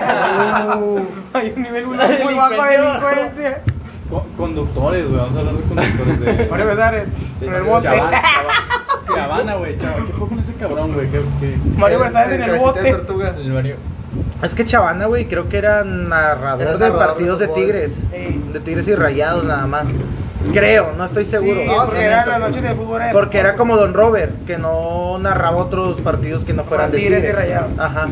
Speaker 2: Eh. Hay un nivel muy,
Speaker 3: La
Speaker 2: muy bajo de
Speaker 3: delincuencia bajó.
Speaker 2: delincuencia.
Speaker 4: Ah, co- conductores, güey. Vamos a hablar de conductores de.
Speaker 2: Mario Besares,
Speaker 4: de-
Speaker 2: en el bote. [laughs]
Speaker 4: Chavana, Chavana- Chavana, güey. Chavana. ¿Qué fue con ese cabrón, güey? ¿Qué, qué?
Speaker 2: Mario Besares en el
Speaker 6: cabecita de
Speaker 2: bote.
Speaker 6: tortuga.
Speaker 3: El Mario.
Speaker 1: [laughs] Es que Chavana, güey, creo que era narrador
Speaker 6: Era
Speaker 1: de
Speaker 6: narrador de
Speaker 1: partidos de,
Speaker 6: fútbol.
Speaker 1: Tigres.
Speaker 2: Sí.
Speaker 1: De Tigres y Rayados nada más. Creo, no estoy seguro.
Speaker 2: Sí,
Speaker 6: No,
Speaker 2: porque
Speaker 6: sí,
Speaker 2: era
Speaker 6: sí,
Speaker 2: la
Speaker 6: sí.
Speaker 2: noche de fútbol.
Speaker 1: Porque era como Don Robert, que no narraba otros partidos que no fueran de
Speaker 2: Tigres y
Speaker 1: Tigres.
Speaker 2: Rayados.
Speaker 1: Ajá.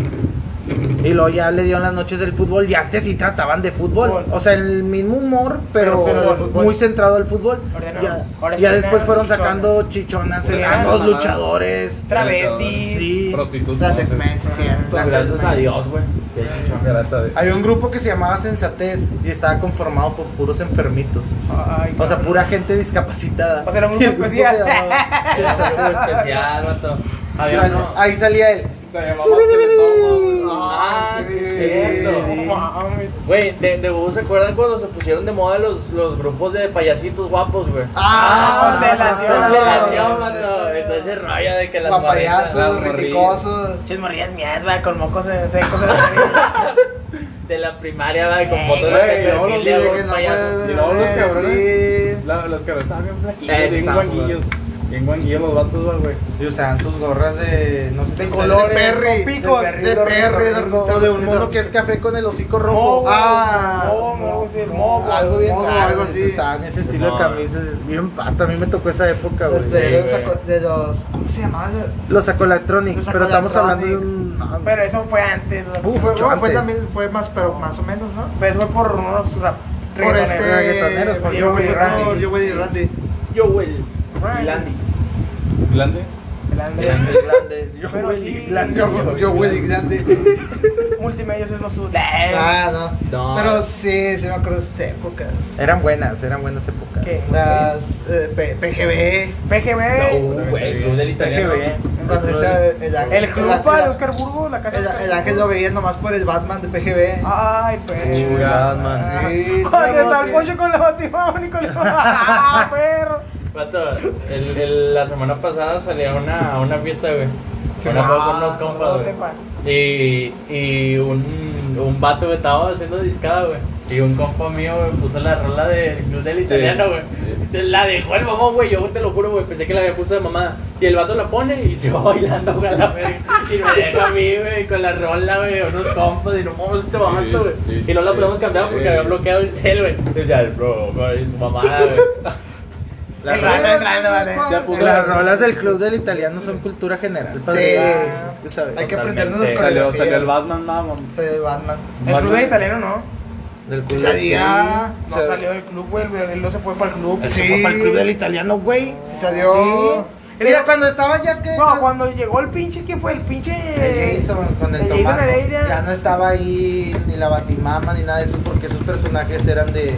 Speaker 1: Y luego ya le dieron las noches del fútbol y antes sí trataban de fútbol.
Speaker 2: Fútbol.
Speaker 1: O sea, el mismo humor, pero,
Speaker 6: Pero- pero de fútbol.
Speaker 1: muy centrado al fútbol.
Speaker 2: Ahora no.
Speaker 1: Ya,
Speaker 2: Ahora
Speaker 1: ya
Speaker 2: sí,
Speaker 1: después
Speaker 2: enanos,
Speaker 1: fueron sacando chichonas,
Speaker 2: Uy,
Speaker 1: enanos,
Speaker 4: enanos,
Speaker 1: luchadores.
Speaker 2: Travestis.
Speaker 1: Sí.
Speaker 4: Prostitutas.
Speaker 6: Las
Speaker 4: no sé.
Speaker 6: X-Men, sí, cierto.
Speaker 3: Pues gracias a Dios, güey.
Speaker 4: Gracias a Dios.
Speaker 1: Había un grupo que se llamaba Sensatez y estaba conformado por puros enfermitos.
Speaker 2: Ay,
Speaker 1: O sea, pura gente discapacitada.
Speaker 2: O sea, era un
Speaker 1: Y [laughs] el
Speaker 2: grupo
Speaker 1: grupo se
Speaker 2: especial.
Speaker 1: llamaba-
Speaker 3: Sí, es algo especial, vato. Había
Speaker 1: Sal-
Speaker 3: uno-
Speaker 1: Ahí salía él.
Speaker 4: Se llamaba Teletón, güey.
Speaker 3: Ah, sí, sí, es cierto.
Speaker 2: No mames.
Speaker 3: Güey, de, de Bubú, ¿se acuerdan cuando se pusieron de moda los, los grupos de payasitos guapos, güey?
Speaker 2: Ah,
Speaker 3: Entonces,
Speaker 2: constelación.
Speaker 3: relación, vato, entonces ese rollo de que las morritas
Speaker 6: Papayazos,
Speaker 4: las morrillas.
Speaker 6: ricosos.
Speaker 2: Pinches morrillas mierda, con mocos en- secos en [laughs] la nariz.
Speaker 3: de la primaria, va,
Speaker 2: Eh,
Speaker 3: con fotos de
Speaker 4: Güey, no, los
Speaker 3: pedofilia,
Speaker 4: dije
Speaker 3: güey, payaso.
Speaker 4: Y luego los cabrones. La- los cabrones estaban bien flaquillos,
Speaker 3: Exacto.
Speaker 4: bien guanguillos. Bien guanguillos los vatos, va, güey.
Speaker 1: Sí, usaban sus gorras de. No sé
Speaker 2: De
Speaker 1: si-
Speaker 2: colores,
Speaker 1: De perry.
Speaker 2: con picos,
Speaker 1: De perry.
Speaker 2: de
Speaker 1: De,
Speaker 2: perry,
Speaker 1: perry,
Speaker 2: de-
Speaker 1: o de un mono que es café con el hocico rojo.
Speaker 2: Mogo,
Speaker 1: ah.
Speaker 2: mogo, mogo, sí, mogo,
Speaker 1: algo bien
Speaker 2: mogo,
Speaker 1: raro,
Speaker 2: algo
Speaker 1: güey,
Speaker 2: así.
Speaker 1: Usaban ese estilo de
Speaker 4: No.
Speaker 1: camisas. es Bien pata. A mí me tocó esa época, güey.
Speaker 6: Los primeros
Speaker 4: güey.
Speaker 6: saco- de los. ¿Cómo se llamaba?
Speaker 1: Los Acolatronics.
Speaker 6: Los
Speaker 1: Pero estamos hablando de
Speaker 6: Acolatronics.
Speaker 1: un. no,
Speaker 2: Pero eso fue antes, ¿no?
Speaker 1: Uf,
Speaker 6: Fue,
Speaker 1: Mucho
Speaker 6: fue
Speaker 1: antes.
Speaker 6: también, fue más, pero más o menos, ¿no?
Speaker 2: Pero eso fue por unos rap.
Speaker 6: Por este.
Speaker 1: reggaetoneros, por
Speaker 6: Yo,
Speaker 2: Yo
Speaker 6: güey,
Speaker 2: y
Speaker 6: Randy.
Speaker 2: Randy.
Speaker 6: Yo, güey, Randy.
Speaker 3: Yo, el Landy.
Speaker 4: ¿Glande?
Speaker 2: Grande. Pero
Speaker 5: güey,
Speaker 2: sí,
Speaker 6: Yo, yo, güey, Randy.
Speaker 2: multimedios es lo suyo.
Speaker 6: Ah, no.
Speaker 3: No.
Speaker 6: Pero sí, se me acuerdo de esa época.
Speaker 1: Eran buenas, eran buenas épocas.
Speaker 2: ¿Qué?
Speaker 6: Las eh, P- PGB.
Speaker 2: PGB.
Speaker 3: No, güey, club del italiano.
Speaker 6: Cuando está el, el, ah,
Speaker 2: El Clupa de
Speaker 6: el-
Speaker 2: Oscar Burgo, la casa
Speaker 6: el-
Speaker 2: de
Speaker 6: el
Speaker 2: Oscar
Speaker 6: ángel lo
Speaker 2: Burgos.
Speaker 6: veía nomás por el Batman de PGB.
Speaker 2: Ay, perro.
Speaker 4: Chulada.
Speaker 6: Sí,
Speaker 2: Cuando está el
Speaker 6: sí.
Speaker 2: pollo con la [laughs] batimón y con la.
Speaker 6: [laughs]
Speaker 2: ¡Ah, perro!
Speaker 3: Vato, el- el- la semana pasada salí a una, a una fiesta, güey. Una pop con unos
Speaker 2: Ah,
Speaker 3: compas,
Speaker 2: saludote,
Speaker 3: güey. Y, y un, un vato, güey, estaba haciendo discada, güey. Y un compa mío, güey, puso la rola del Club del Italiano, güey. Entonces, La dejó el mamón, güey. Yo te lo juro, güey. Pensé que la había puesto de mamada. Y el vato la pone y se va [laughs] bailando, güey, a la verga. Y me deja a mí, güey, con la rola, güey, unos compas. Y no mames, este vato, güey.
Speaker 4: Sí, sí,
Speaker 3: Y no la
Speaker 4: sí,
Speaker 3: podemos cambiar porque
Speaker 4: sí.
Speaker 3: había bloqueado el cel, güey. Entonces ya, el bro, güey, su mamada, güey.
Speaker 2: La El rana entrando, vale.
Speaker 6: Se puso-
Speaker 1: Las rolas del club del italiano son cultura general. padre.
Speaker 6: Sí.
Speaker 1: Es que sabes.
Speaker 6: Hay que aprendernos las
Speaker 3: Totalmente.
Speaker 4: Salió,
Speaker 6: coreografías.
Speaker 4: salió el Batman, mamón.
Speaker 6: Salió el Batman.
Speaker 2: El club de italiano no.
Speaker 1: Del club del-
Speaker 6: Salía.
Speaker 2: No salió del club, güey. el- Él no se fue para el club.
Speaker 1: Él se fue para el club del italiano, güey.
Speaker 6: Sí salió.
Speaker 1: Sí. Mira, cuando estaba ya que.
Speaker 2: No, cuando llegó el pinche, ¿quién fue? El pinche.
Speaker 1: El Jason, con el
Speaker 2: el Jason
Speaker 1: Tomaco.
Speaker 2: Heredia.
Speaker 1: Ya no estaba ahí ni la Batimama ni nada de eso, porque esos personajes eran de.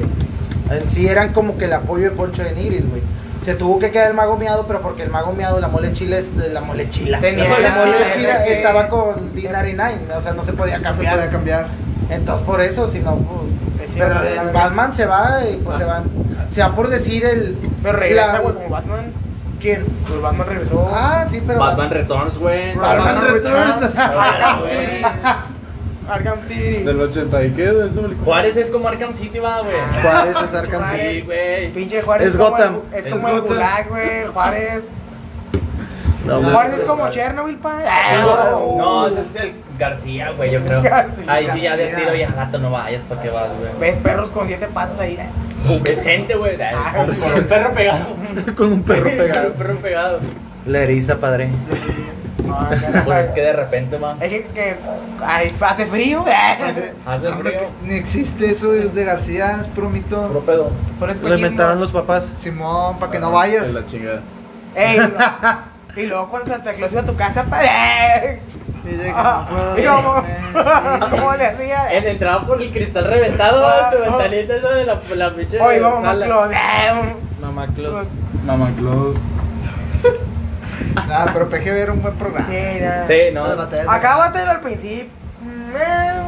Speaker 1: En sí eran como que el apoyo de Poncho de Niris, güey. Se tuvo que quedar el mago miado, pero porque el mago miado, la mole chila, es de la mole chila.
Speaker 2: Tenía
Speaker 1: la
Speaker 3: la
Speaker 1: mole
Speaker 3: chila,
Speaker 1: chila
Speaker 2: sí.
Speaker 1: estaba con D99, o sea, no se podía
Speaker 6: No se podía
Speaker 1: cambiar.
Speaker 6: cambiar.
Speaker 1: Entonces, por eso, si no. pues,
Speaker 2: Sí,
Speaker 1: pero
Speaker 2: sí,
Speaker 1: el
Speaker 2: sí.
Speaker 1: Batman se va y pues se van. Se va por decir el.
Speaker 2: Pero regresa,
Speaker 1: la-
Speaker 2: güey, como Batman.
Speaker 1: ¿Quién?
Speaker 2: Pues Batman regresó.
Speaker 1: Ah, sí, pero.
Speaker 3: Batman Returns, güey.
Speaker 1: Batman Returns.
Speaker 3: Ah,
Speaker 2: [laughs] Sí.
Speaker 3: güey.
Speaker 2: Arkham City.
Speaker 4: Del 80 y qué, güey, eso, güey.
Speaker 3: Juárez es como Arkham City, va, güey.
Speaker 1: Juárez es Arkham City.
Speaker 3: Sí, güey.
Speaker 2: Pinche Juárez
Speaker 1: Es
Speaker 2: como
Speaker 1: Gotham.
Speaker 2: el- es
Speaker 3: Es
Speaker 2: como el
Speaker 1: Gotham.
Speaker 2: Gulag, güey. Juárez.
Speaker 1: No,
Speaker 2: Juárez es como Chernobyl, pa. Ah,
Speaker 3: No, no, ese es el García, güey, yo creo.
Speaker 2: García.
Speaker 3: Ahí sí ya de
Speaker 6: García.
Speaker 3: tiro ya gato no vayas, ¿para qué vas, güey?
Speaker 2: Ves perros con siete patas ahí. eh.
Speaker 3: Es gente, güey.
Speaker 2: Ah,
Speaker 3: Ay, Con un perro pegado.
Speaker 1: [laughs] Con un perro
Speaker 3: Con
Speaker 1: pegado.
Speaker 3: un [laughs] perro pegado.
Speaker 1: La eriza, padre.
Speaker 2: No, no,
Speaker 3: Bueno, Pues es que
Speaker 2: no.
Speaker 3: de repente, man.
Speaker 2: Es que, que ay, hace frío.
Speaker 6: Ah,
Speaker 2: eh.
Speaker 3: Hace
Speaker 6: Hombre,
Speaker 3: frío.
Speaker 6: que- Ni existe eso de García, es puro mito.
Speaker 4: Puro pedo.
Speaker 2: Son
Speaker 1: Lo inventaron
Speaker 2: espejismos.
Speaker 1: los papás.
Speaker 6: Simón, para que no
Speaker 4: De
Speaker 6: vayas.
Speaker 4: la chingada.
Speaker 2: Ey, no. Y luego cuando Santa Claus iba a tu casa, pa. eh. Ah, y ¿Cómo cómo le hacía?
Speaker 3: En entraba por el cristal reventado, va, tu
Speaker 2: Ah, no.
Speaker 3: ventanita esa de la, la pinche.
Speaker 2: Oye, vamos,
Speaker 3: sala.
Speaker 2: Maclos. eh.
Speaker 1: Mamá Claus.
Speaker 4: Mamá Claus.
Speaker 6: [laughs] Nada, pero PGB era un buen programa.
Speaker 2: Sí, nada.
Speaker 3: Sí,
Speaker 6: Las
Speaker 3: no.
Speaker 6: batallas de-
Speaker 2: Pues, Acábatelo al principio.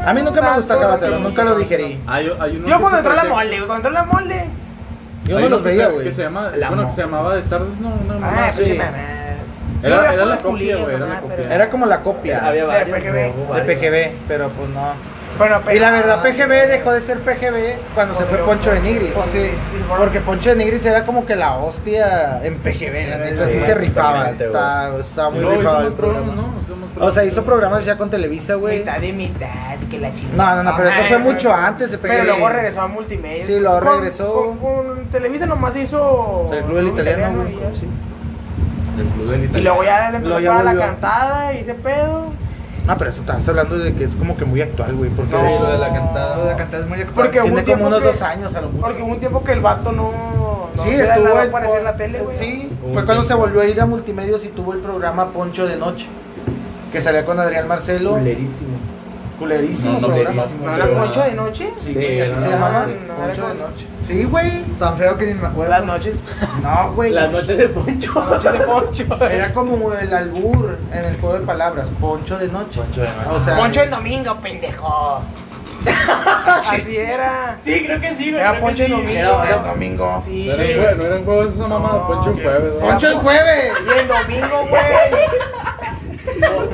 Speaker 1: A mí nunca me gustó Cabatero, nunca lo digerí.
Speaker 4: Hay, hay uno
Speaker 2: Yo
Speaker 4: que
Speaker 2: cuando
Speaker 4: se
Speaker 2: entró la
Speaker 4: parece-
Speaker 2: mole, güey, cuando entró la mole.
Speaker 1: Yo
Speaker 4: Hay
Speaker 1: no
Speaker 4: uno
Speaker 1: los
Speaker 4: que
Speaker 1: veía,
Speaker 4: se-
Speaker 1: güey.
Speaker 4: Que se llama,
Speaker 3: La
Speaker 4: bueno,
Speaker 3: mo-
Speaker 4: que se llamaba Stardust, no, no, no.
Speaker 2: Ah,
Speaker 4: sí.
Speaker 2: pinche mamás. Yo
Speaker 4: Era,
Speaker 2: veía
Speaker 4: era
Speaker 2: por
Speaker 4: la
Speaker 2: las
Speaker 4: copia,
Speaker 2: culillas,
Speaker 4: güey, era
Speaker 2: mamá,
Speaker 4: la
Speaker 2: pero-
Speaker 4: copia.
Speaker 1: Era como la copia
Speaker 3: Había varios.
Speaker 2: PGB.
Speaker 3: hubo
Speaker 1: de
Speaker 3: varios.
Speaker 1: PGB, pero pues no.
Speaker 2: Bueno, pero.
Speaker 1: Y la verdad, PGB dejó de ser PGB cuando se fue Poncho de Nigris.
Speaker 6: Pues sí.
Speaker 1: Porque Poncho de Nigris era como que la hostia en PGB, la neta.
Speaker 6: Sí,
Speaker 1: Sí se rifaba,
Speaker 3: exactamente,
Speaker 1: está, está
Speaker 4: Y
Speaker 1: muy
Speaker 4: luego hizo
Speaker 1: rifado
Speaker 4: más
Speaker 1: el
Speaker 4: programas,
Speaker 1: programa.
Speaker 4: ¿no? Hizo más
Speaker 1: O sea, hizo programas ya con Televisa, güey.
Speaker 2: Mitad de mitad, que la chingada.
Speaker 1: No, no, no, pero eso
Speaker 2: Ah,
Speaker 1: fue mucho antes de
Speaker 2: Pero
Speaker 1: PGB.
Speaker 2: luego regresó a multimedia.
Speaker 1: Sí, luego
Speaker 2: Con-
Speaker 1: regresó.
Speaker 2: Con, con Televisa nomás hizo.
Speaker 1: El club del italiano,
Speaker 2: y
Speaker 1: güey.
Speaker 2: ya.
Speaker 1: sí.
Speaker 4: Del Club del
Speaker 2: Y
Speaker 4: Italiano.
Speaker 2: luego ya le empezó
Speaker 1: Luego ya
Speaker 2: a la
Speaker 1: volvió.
Speaker 2: cantada y ese pedo.
Speaker 1: Ah, pero eso estás hablando de que es como que muy actual, güey. Porque
Speaker 3: Sí, lo de la cantada.
Speaker 6: Lo de cantar es muy
Speaker 2: Porque
Speaker 1: tiene
Speaker 2: hubo un tiempo
Speaker 1: como unos
Speaker 2: que-
Speaker 1: dos años a lo mucho.
Speaker 2: Porque hubo un tiempo que el vato no. no
Speaker 1: sí,
Speaker 2: era
Speaker 1: estuvo
Speaker 2: nada
Speaker 1: en-
Speaker 2: aparecer en la tele, güey.
Speaker 1: Sí,
Speaker 4: Hubo
Speaker 1: fue
Speaker 4: un
Speaker 1: cuando se
Speaker 4: tiempo.
Speaker 1: volvió a ir a Multimedios y tuvo el programa Poncho de Noche, que salía con Adrián Marcelo.
Speaker 3: Culerísimo.
Speaker 1: Culerísimo,
Speaker 4: No, no,
Speaker 1: programa.
Speaker 4: culerísimo.
Speaker 2: ¿No era
Speaker 4: Pero-
Speaker 2: Poncho de noche?
Speaker 1: Sí,
Speaker 3: Sí,
Speaker 1: güey, así
Speaker 3: no,
Speaker 1: se
Speaker 3: no,
Speaker 1: llamaba.
Speaker 2: sí, no,
Speaker 1: Poncho
Speaker 2: era
Speaker 1: de
Speaker 2: con-
Speaker 1: Noche. Sí, güey.
Speaker 6: Tan feo que ni me acuerdo.
Speaker 2: Las noches.
Speaker 1: No, güey.
Speaker 3: Las noches de Poncho.
Speaker 2: Las noches de Poncho.
Speaker 1: Era como el albur en el juego de palabras, Poncho de Noche.
Speaker 3: Poncho de noche.
Speaker 1: O sea,
Speaker 2: Poncho en domingo, pendejo. Así era.
Speaker 3: Sí, creo que sí, güey.
Speaker 2: Era
Speaker 3: creo que
Speaker 2: Poncho
Speaker 3: sí.
Speaker 2: en domingo.
Speaker 3: Era- era-
Speaker 2: domingo. Sí.
Speaker 4: No eran jueves, no eran jueves, una mamada.
Speaker 2: No,
Speaker 4: Poncho en
Speaker 2: ok.
Speaker 4: jueves. ¿no?
Speaker 1: Poncho el jueves.
Speaker 2: [laughs] Y el domingo, güey.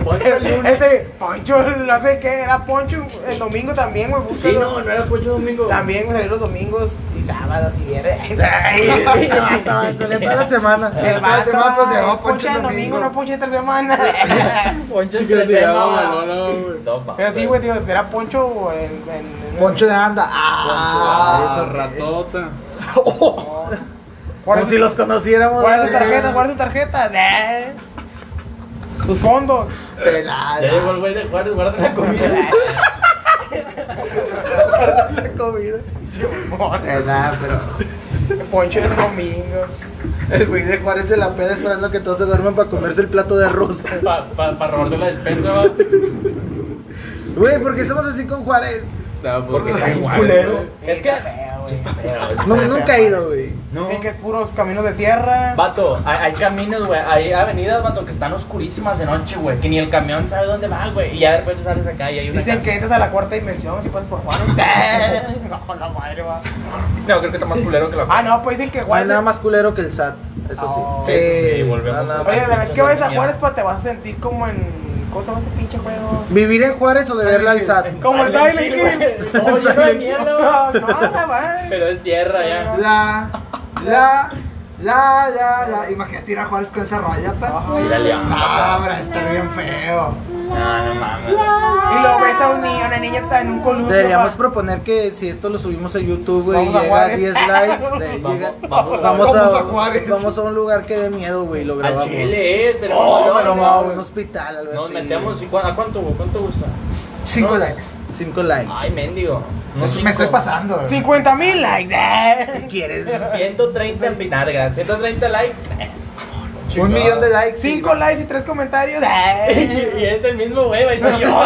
Speaker 3: Poncho el lunes.
Speaker 2: Este Poncho, no sé qué, era Poncho el domingo también, güey.
Speaker 3: Sí,
Speaker 2: búscalo.
Speaker 3: no, no era Poncho Domingo.
Speaker 2: También güey, salió los domingos y sábados y viernes.
Speaker 1: No, sale toda la semana.
Speaker 2: El
Speaker 1: toda la
Speaker 2: vato,
Speaker 1: semana pues, llegó
Speaker 2: ay, ponche el domingo, no ponche entre semana.
Speaker 3: Poncho
Speaker 4: Chica,
Speaker 3: entre
Speaker 4: te
Speaker 3: semana.
Speaker 4: amo, Manolo, güey.
Speaker 3: Toma,
Speaker 2: Pero sí, güey, tío, era Poncho en... en-
Speaker 1: Poncho de anda.
Speaker 4: Esa
Speaker 1: Ah,
Speaker 4: ratota.
Speaker 2: Guarda
Speaker 5: Como
Speaker 1: Pues
Speaker 2: tu-
Speaker 5: si los conociéramos.
Speaker 2: Guarda tus
Speaker 5: eh.
Speaker 2: tarjetas, guarda tus tarjetas. Eh. Tus fondos.
Speaker 1: pelada.
Speaker 3: Ya llegó el güey de Juárez, guarda la
Speaker 2: [laughs]
Speaker 3: comida.
Speaker 1: Verdad, pero.
Speaker 2: Poncho el domingo.
Speaker 5: El güey de Juárez se la peda esperando que todos se duerman para comerse el plato de arroz.
Speaker 3: Para pa, pa robarse la despensa, va.
Speaker 1: Güey, ¿por qué somos así con Juárez?
Speaker 4: No, pues,
Speaker 3: Porque está bien
Speaker 4: igual,
Speaker 3: culero.
Speaker 4: güey.
Speaker 3: Es que.
Speaker 2: güey.
Speaker 3: Sí, está feo, güey.
Speaker 1: No, nunca he ido, güey.
Speaker 4: No.
Speaker 2: Dicen que es puros caminos de tierra.
Speaker 3: Vato, hay, hay caminos, güey, hay avenidas, vato, que están oscurísimas de noche, güey, que ni el camión sabe dónde va, güey, y ya de repente sales acá y hay una
Speaker 2: Dicen
Speaker 3: casa.
Speaker 2: que [laughs] entras a la cuarta dimensión si pasas por Juan.
Speaker 5: [laughs]
Speaker 2: Eh, No, la madre va.
Speaker 3: No, creo que está más culero
Speaker 4: [laughs]
Speaker 3: que la...
Speaker 2: Ah, no, pues dicen que
Speaker 5: No hay
Speaker 2: Juárez.
Speaker 5: nada más culero que el SAT, eso
Speaker 2: Oh.
Speaker 5: sí.
Speaker 3: Sí, eso sí,
Speaker 5: Eh,
Speaker 4: volvemos
Speaker 5: nada
Speaker 4: a-
Speaker 5: más.
Speaker 2: Oye, la vez que vayas a Juárez, pa, te vas a sentir como en. ¿Cómo se llama este pinche juego?
Speaker 1: ¿Vivir en Juárez o deberla al SAT?
Speaker 2: Como el
Speaker 3: Silent
Speaker 2: Silent
Speaker 3: Hill,
Speaker 2: Hill.
Speaker 3: güey. No, lleno de mierda, [laughs]
Speaker 2: No, no, la madre.
Speaker 3: Pero es
Speaker 2: [laughs]
Speaker 3: tierra ya.
Speaker 1: La, la, la, la, la. Imagínate ir a Juárez con esa raya, pa.
Speaker 2: Ay,
Speaker 3: Mira, León.
Speaker 1: Ah, habrá de estar bien feo.
Speaker 3: No, no mames.
Speaker 2: Y lo ves a un niño, una niña está en un columpio.
Speaker 5: Deberíamos
Speaker 2: pa.
Speaker 5: proponer que si esto lo subimos a YouTube, güey, y
Speaker 2: Vamos a
Speaker 5: llega a
Speaker 2: Juárez.
Speaker 5: 10 likes, de-
Speaker 3: Vamos,
Speaker 5: llega-
Speaker 3: vamos,
Speaker 5: vamos
Speaker 1: vamos
Speaker 5: a-
Speaker 1: a Juárez.
Speaker 5: vamos a un lugar que dé miedo, güey, lo
Speaker 3: A
Speaker 5: grabamos.
Speaker 3: Chile es, el
Speaker 1: Oh,
Speaker 5: No,
Speaker 3: valor,
Speaker 5: no,
Speaker 3: güey.
Speaker 5: no, un hospital, algo
Speaker 3: Nos
Speaker 5: así.
Speaker 3: metemos y cu- ¿a cuánto, güey? ¿Cuánto gusta?
Speaker 1: Cinco
Speaker 3: No.
Speaker 1: likes.
Speaker 5: 5 likes.
Speaker 3: Ay, mendigo. Unos
Speaker 1: Me estoy
Speaker 3: cinco.
Speaker 1: pasando. eh. güey.
Speaker 2: 50 mil likes. eh.
Speaker 5: ¿Quieres?
Speaker 3: 130 en Pinarga, 130 likes.
Speaker 1: Un millón de likes.
Speaker 2: Cinco likes y tres comentarios. eh.
Speaker 3: y es el mismo güey, y soy yo.